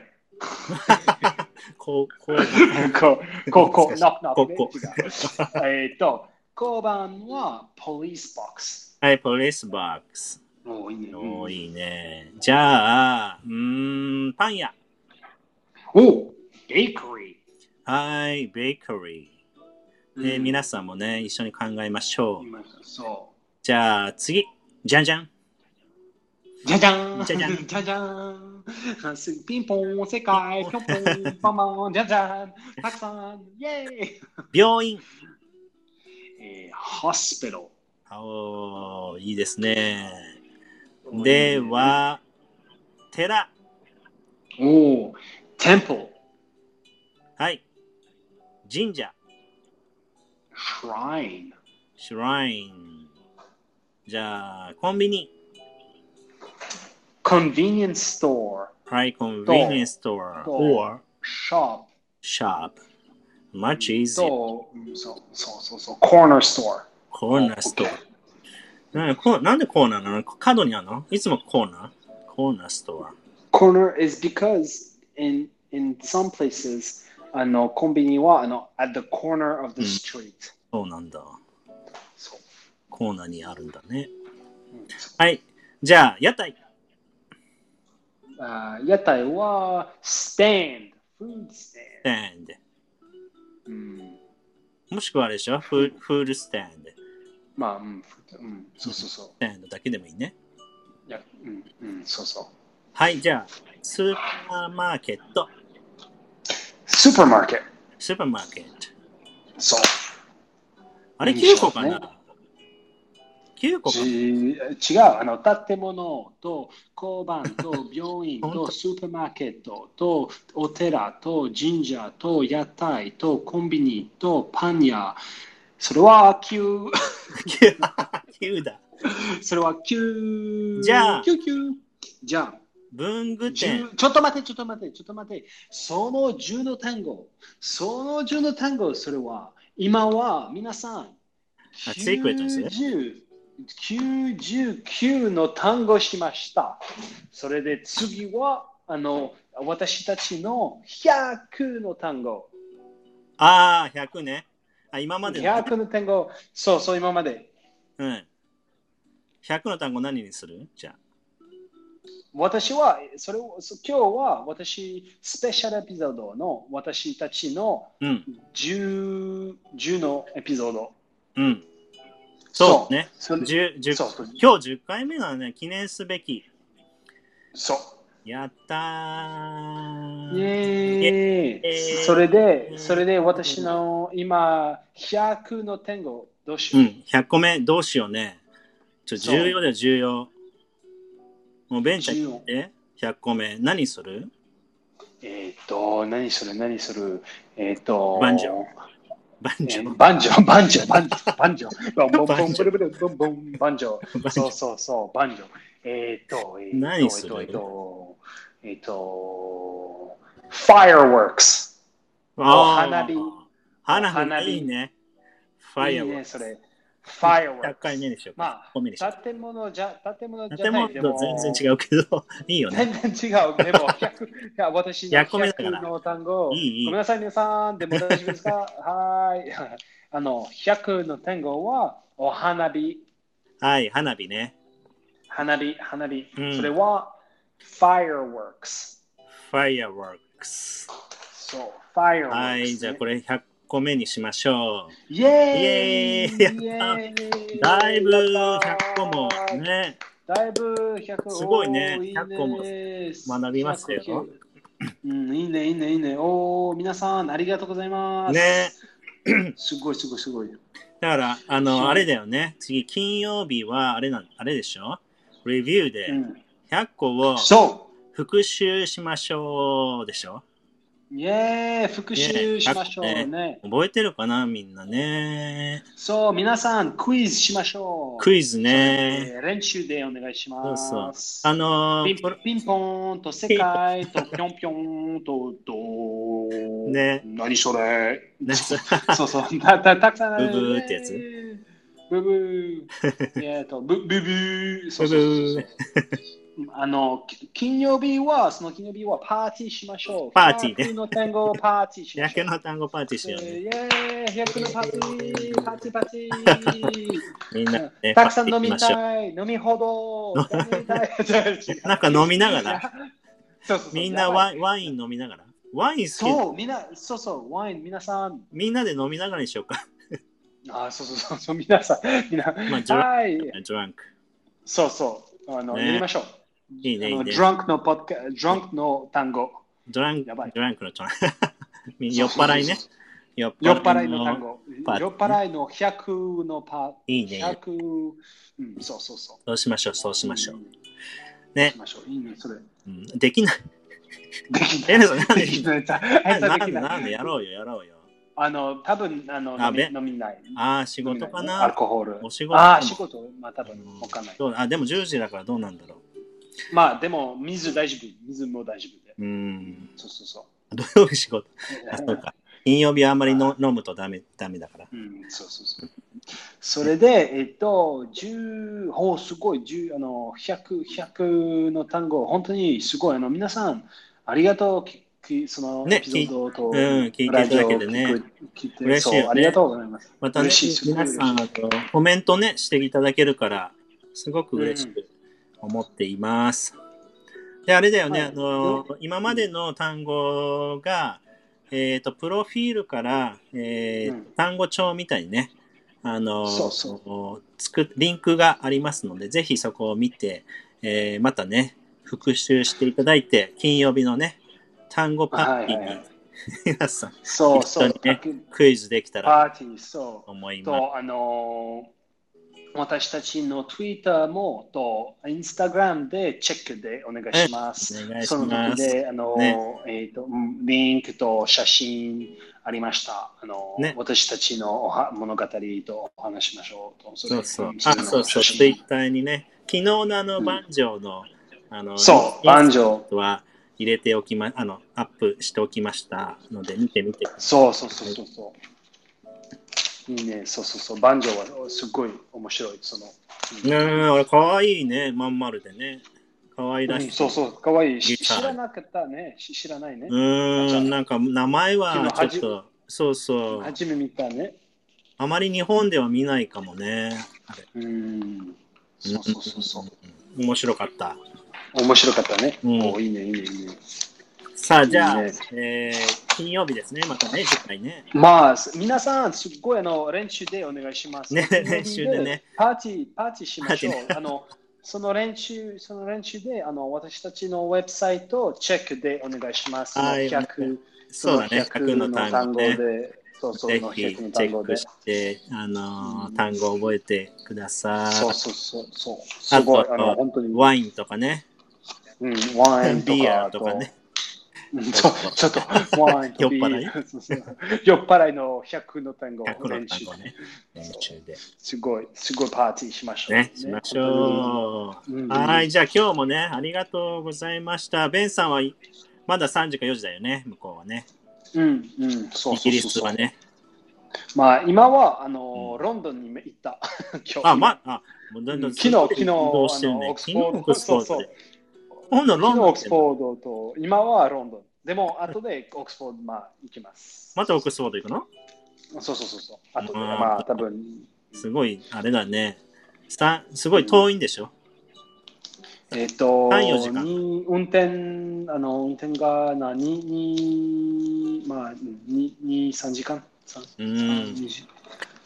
A: (laughs)
B: こう、こう。
A: こう、こう、こう、knock, knock
B: こ
A: ね
B: こ
A: 違うえっと、交番は police box。
B: はい、ポリスボックス。
A: おーいいね。
B: おーいいね。じゃあ、うーん、パン屋。
A: おベーカリ
B: はい、ベーカリー。
A: ー。
B: で、皆
A: さ
B: さんもね、一緒に考えましょう。
A: そ
B: じゃあ、次。じゃんじゃん。
A: う。じゃじゃーん
B: じゃじゃーん
A: じゃじゃーんすピンポン世界ピョンポンパンパンじゃじゃーんたくさんイェーイ
B: 病院。
A: えー、ホスピロ
B: おー、いいですね。
A: ル。
B: で、は、寺。
A: おー、テンポ
B: はい。神社。
A: ル、シュライン、
B: シュライン。じゃあ、コンビニ。
A: コンビニエンススト
B: はい、コンビニエンスストア。
A: と
B: or
A: ア、ショップ
B: shop。much
A: と
B: easier。、
A: うんそうそうそうそう、コーナーストア。
B: コーナーストア。なんこなんでコーナーなの角にあるのいつもコーナーコーナーストア。
A: corner is because in in some places uh, あのコンビニはあの at the corner of the
B: うん
A: street、
B: そうなんだ。
A: そう
B: コーナーにあるんだね。
A: うん
B: はい。じゃあ、屋台。
A: あー屋台は Uh, stand food stand、Hmm.
B: stand。
A: うん、
B: もしくはあれでしょフーフールスタンド。
A: まあうん、food- hmm, うん、そうそうそ
B: スタンドだけでもいいね。
A: hmm, ういやうん、うん、そうそう
B: はい、じゃあ、スーパーマーケット。
A: スーパーマーケット。
B: スーパーマーケット。
A: そう。
B: あれ9個かな ?9 個か
A: じ
B: な
A: 違うあの建物と交番と病院
B: 本
A: と
B: 当
A: スーパーマーケットとお寺と神社と屋台とコンビニとパン屋それは9
B: 9だ。
A: (coughs) それは9
B: じゃあ
A: 9 9じゃあ
B: 文具店。
A: 10ちょっと待ってちょっと待ってちょっと待ってその10の単語その10の単語それは今は皆さん
B: あツイクレットですね
A: 90 99の単語しましたそれで次はあの私たちの100の単語
B: ああ、100ね。あ、今までの。
A: 100の単語そうそう今まで
B: うん。100の単語何にするじゃ
A: 私はそれをそ今日は私スペシャルエピソードの私たちの
B: あ。うん。
A: 10, 10のエピソード。
B: うん。そうね。
A: それ
B: 10 10
A: そう
B: 今日10回目だね。記念すべき。
A: そ
B: やった
A: う。イエー
B: ー。イエー
A: イ
B: イ
A: それで、それで私の今、100の点をどうし
B: う
A: よう。
B: ん、100個目どうしようね。ちょ、
A: そう
B: 重要だよ、重要。もうベンチャー
A: 10
B: 聞い
A: の
B: て、100個目。何する
A: えーっと、何する何するえーっと、
B: バンジョーバン
A: え
B: ジョ
A: ー
B: ー。
A: バンジョー、バンジョー、バンジョー、バンジョー、ボンボンボン
B: バンジョ
A: ブルブルボンボンバンジョー、
B: バンジ
A: そ
B: ョ
A: う
B: ー
A: そうそう、バンジョー。えーっと、えーっと
B: 何する
A: えーっと、えーっと、fireworks。
B: あー
A: 花火
B: 花火
A: 花火
B: いいね。ファ
A: い
B: イ
A: い
B: ア
A: ね、そ
B: (laughs)
A: れ。
B: 100
A: fireworks。
B: 回目にしようか。
A: ま
B: 100個目にしよう
A: あ、建物じゃ、建物じゃ
B: 建
A: な
B: 物
A: いでも
B: と全然違うけど、 (laughs) いいよね。
A: (laughs) 全然違う。でも、100いや私の
B: 100個目だから
A: 100の単語、
B: いいいい
A: ごめんなさい、皆さん、でも大丈夫ですか (laughs) はーい。 (laughs) あの、100の単語は、お花火、
B: はい、花火ね。
A: 花火、花火。
B: うん
A: それは、fireworks。
B: Fireworks。
A: そう、fireworks、
B: はい、じゃあこれ100個目にしましょう。
A: イェーイ
B: イエーイやった
A: イエーイ
B: だいぶ
A: や
B: 100
A: った
B: 個もね。
A: だいぶ100
B: すごいね
A: おー
B: 100個も学びましたよ。
A: 100うん、いいね、いいね、いいね。おお、皆さん、ありがとうございます。
B: ね。
A: (coughs) すごい、すごい、すごい。
B: だから、あ
A: そう
B: の、あれだよね。次、金曜日は、あれなん、あれでしょレビューで
A: うん、
B: 100個を
A: そ
B: 復習しましょうでしょ
A: う、イエーイ、復習しましょう
B: ね
A: ね。
B: 覚えてるかなみんなね。
A: そう、皆さん、クイズしましょう。
B: クイズ
A: え
B: ね。
A: ー練習でお願いします。
B: そうあの
A: ピ
B: ー、
A: ンピンポーンと世界とピョンピョンとと
B: ね
A: 何それ
B: ねそう
A: (laughs) そうそうたたたくさんある
B: ブブーってやつ
A: ブブーえっとブブブーそうそうそうそうあのき金曜日はその金曜日はパーティーしましょう
B: パーティーね
A: 100の単語をパーティーしましょ
B: 100
A: う
B: の単語パーティーしよう
A: え
B: ね。
A: ーイエーイ100のパーティーパーティーパーティー
B: みんなね、
A: たくさん飲
B: パーティー行き
A: み
B: ましょう
A: たい、飲みほど、飲みたい違う違う
B: (laughs) なんか飲みながら、
A: そうそうそう
B: みんなワインワイン飲みながら。ワイン好き
A: そう、みんな、そうそう、ワイン、皆さん。
B: みんなで飲みながらにしようか。
A: あ、そうそうそう、そう皆さん、みんな。
B: まあ、ドラ
A: はい、
B: ドランク。
A: そうそう、あの、
B: ね
A: やりましょう。
B: いいね、いい
A: あの
B: ね。
A: ドランクのポッドキャドランクの単語。
B: ドランク
A: やばい、
B: ドランク
A: (laughs)
B: の単語。酔っ払いね。酔っ
A: 酔っ払いの単語。
B: パーティ
A: 酔
B: ー
A: っ払いの100のパ
B: いい
A: ー、
B: ね。
A: 100、うん、そうそうそう。
B: そうしましょう、そうしましょう。
A: ん。
B: ね
A: しましょう。いいね、それ。
B: うんできない。
A: でき
B: エレさん、なん
A: ない。
B: で
A: できない。
B: (laughs) な
A: あい
B: ん
A: つ
B: で
A: は
B: な
A: で
B: ん
A: き
B: で
A: ない
B: なんでやろうよ、やろうよ。
A: あの、多分あの
B: あ
A: 飲み
B: べ
A: 飲みない。
B: ああ、仕事か
A: 飲みいアル
B: な。
A: コホール。
B: お仕事
A: ああ、仕事、まあ多分
B: うん
A: わかんない。
B: どうあ、でも10時だからどうなんだろ
A: まあでも、水大丈夫。水も大丈夫で。
B: う。うん。
A: そうそうそう。
B: 土曜日仕事。あ、そうか。金曜日あんまりの飲むとダメダメだから。
A: (laughs) うん、そうそうそう。それで、えっと、10、おすごい、10あの100、100の単語、本当にすごい。あの皆さん、ありがとう。ききその
B: ね
A: エピソードと、
B: きうん聞いていただけてね
A: ラジオを聞く聞いて
B: 嬉しいよね
A: そうありがとうございます。
B: またね
A: 嬉しいす、ごい
B: 皆
A: 嬉しい
B: さん、あとコメントね、していただけるから、すごく嬉しく思っています。で、あれだよね、
A: はい
B: あの、今までの単語が、えっ、と、プロフィールから、えー
A: うん
B: 単語帳みたいにね、あの、
A: そうそ
B: つくリンクがありますので、ぜひそこを見て、えーまたね、復習していただいて、金曜日のね、単語パーティーに、
A: はいはいはい
B: 皆さん、
A: そうそう、
B: 一緒にねクイズできたら
A: パーティー、そう。
B: と思います。
A: と、あのー私たちの Twitter もと Instagram でチェックでお願いします。
B: えお願いしま
A: そ
B: す
A: の時で、あのーえーとうんリンクと写真ありました。あのー
B: ね
A: 私たちのおは物語とお話しましょうと。それ
B: そうそう
A: うん。
B: あ
A: れ、の
B: そうそ
A: 写
B: う。
A: 真
B: ツイッターにね、昨日のあの、
A: うん
B: 万丈の、あの、
A: そう、
B: 万
A: 万
B: 丈
A: 丈。
B: は入れておきま、あの、アップしておきましたので、見てみて。
A: そうそうそうそうそう。いいね、そうそうそう。万丈はすごい面白い。その、うん
B: ねえ、あれ、かわいいね、まん丸でね。かわいら
A: う
B: しい。
A: んそうそう、かわいい。
B: ギ
A: し
B: ター
A: 知らなかったね。し知らないね。
B: うーん、なんか名前は
A: 昨日
B: ちょっと、そうそう。
A: 初め見たね。
B: あまり日本では見ないかもね。あれ
A: うん。そうそうそうそう。
B: うん面白かった。
A: 面白かったね。
B: うん
A: おいいね、いいね、いいね。
B: さあ、じゃ
A: いい
B: あ、
A: ね
B: えー金曜日ですね、またね、次回ね。
A: まあ、す皆さん、すっごいあの練習でお願いします。
B: ね (laughs) 練習でね。
A: パーティー、パーティーしましょう
B: パー。
A: あのその練習、その練習で、あの私たちのウェブサイトをチェックでお願いします。
B: はい
A: その100
B: そうだね、100の単語で、
A: で。そうそう、
B: ぜ
A: の
B: ひチ
A: 100の
B: ェ
A: 単語
B: ッ
A: で。
B: ク
A: そ
B: して、あのー
A: うん
B: 単語を覚えてください。
A: うそうそう。そうすごい、あの、本当に、
B: ワインとかね、
A: うん、ワインと
B: ビ
A: か
B: アとかね。
A: うんそうちょっと、ワインとビール
B: 酔っ
A: そうそう酔っ払いの100の単語
B: 100
A: を
B: の
A: 練
B: 単
A: 習
B: 語ね、練習です
A: ごい、すごいパーティーしましょう。
B: ね、しましょう。
A: うん
B: はい、じゃあ今日もね、ありがとうございました。ベンさんはいまだ3時か4時だよね、向こうはね。
A: うんうん、そうそうそうそう
B: イギリスは。ね。
A: まあ、今は、あの、ロンドンに行った。 (laughs) 今日
B: あ、まあ、もうどんどん
A: 昨日、昨日、
B: 移
A: あ
B: 動
A: の
B: してるね。
A: オック
B: 昨
A: スフ
B: 日
A: ォー
B: オ
A: ド
B: ックスフォード
A: そうそ
B: で
A: う。
B: 今度ロ
A: 昨
B: ン
A: 日
B: ド
A: オッ
B: ン
A: ク
B: で
A: スフォードと、今はロンドン。でも、後でオックスフォード、まあ、行きます。
B: またオックスフォード行くの
A: そうそうそうそう。後で、
B: うん
A: まあ、多分
B: すごい、あれだね。さすごい遠いんでしょ、
A: えっ、と、
B: 三四時間
A: に運転、あの、運転が何、に、まあ、に、に、三時間三
B: うん
A: 三二時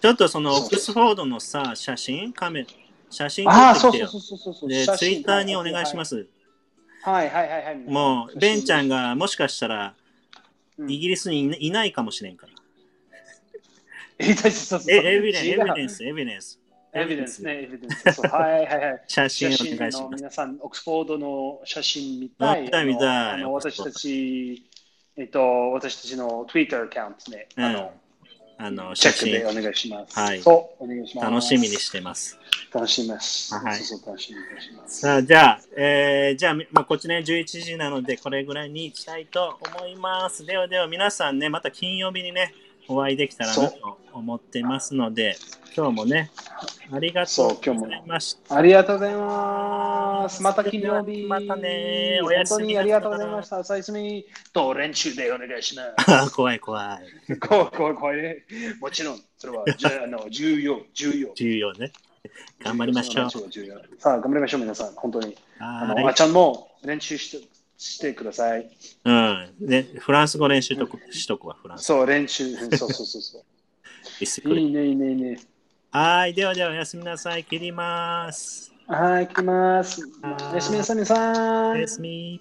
B: ちょっとそのオ
A: そう
B: ックスフォードのさ、写真、カメラ、写真
A: ああ、
B: 撮
A: そ
B: っ
A: う
B: て
A: そ
B: よ
A: う。そうそうそう。
B: で、
A: 写真。
B: ツイッターにお願いしますす。
A: はいはいはいはい。
B: もう、ベンちゃん
A: が、
B: がもしかしたら、
A: うん
B: イギリスにいないいないかもしれんから。
A: え、そうそうそう
B: え、エビデンス、
A: 違
B: エ
A: う
B: ビデンス、エビデンス。
A: エビデンスね、エビデンス。そうはいはいはい。
B: (laughs) 写真
A: 写
B: お
A: 真
B: 願いし
A: の
B: ます。
A: 皆さん、オックスフォードの写真見たい。
B: 見たい
A: あの
B: 見たい
A: あの私たち、えっと、私たちの Twitter アカウントね、
B: うん
A: あの、
B: あの、
A: チェ
B: 写
A: ックで
B: 真
A: お、願いします。
B: はい
A: そう、お願いします。
B: 楽しみにしてます。
A: 楽しみます。
B: はい
A: そうそう楽しみにします。
B: さあ、じゃあ、えーじゃあ、みまあ、こっちね、11時なので、これぐらいにしたいと思います。ではでは、皆さんね、また金曜日にね、お会いできたら
A: そ
B: な
A: う
B: と思ってますので、今日もね、ありがと
A: そう
B: う
A: 今日も
B: ございました。
A: ありがとうございます。また金曜日。
B: またねお
A: 本
B: やす
A: 当
B: み
A: にありがとうございました。おやすみと練習でお願いしま
B: (laughs) 怖い怖い。
A: す。 (laughs) こうこうこうね。もちろん、そ
B: (laughs)
A: れはじゅあの重要、重要。
B: 重要ね。頑張りましょう。
A: その練習は重要さあ、頑張りましょう、皆さん。本当に。あの、あ
B: は
A: ちゃんも練習してしてください。
B: い。うん。ね、フランス語練習とくしとくわ、フランス。
A: そう、練
B: (laughs)
A: 習。うんそうそうそうそ
B: リスク
A: う。
B: ル
A: いいね、いいね、いいね。
B: はい。ではでは、おやすみなさい。切ります。
A: はい、行きます。おやすみなさい、皆さ
B: お
A: ん
B: や。すみ。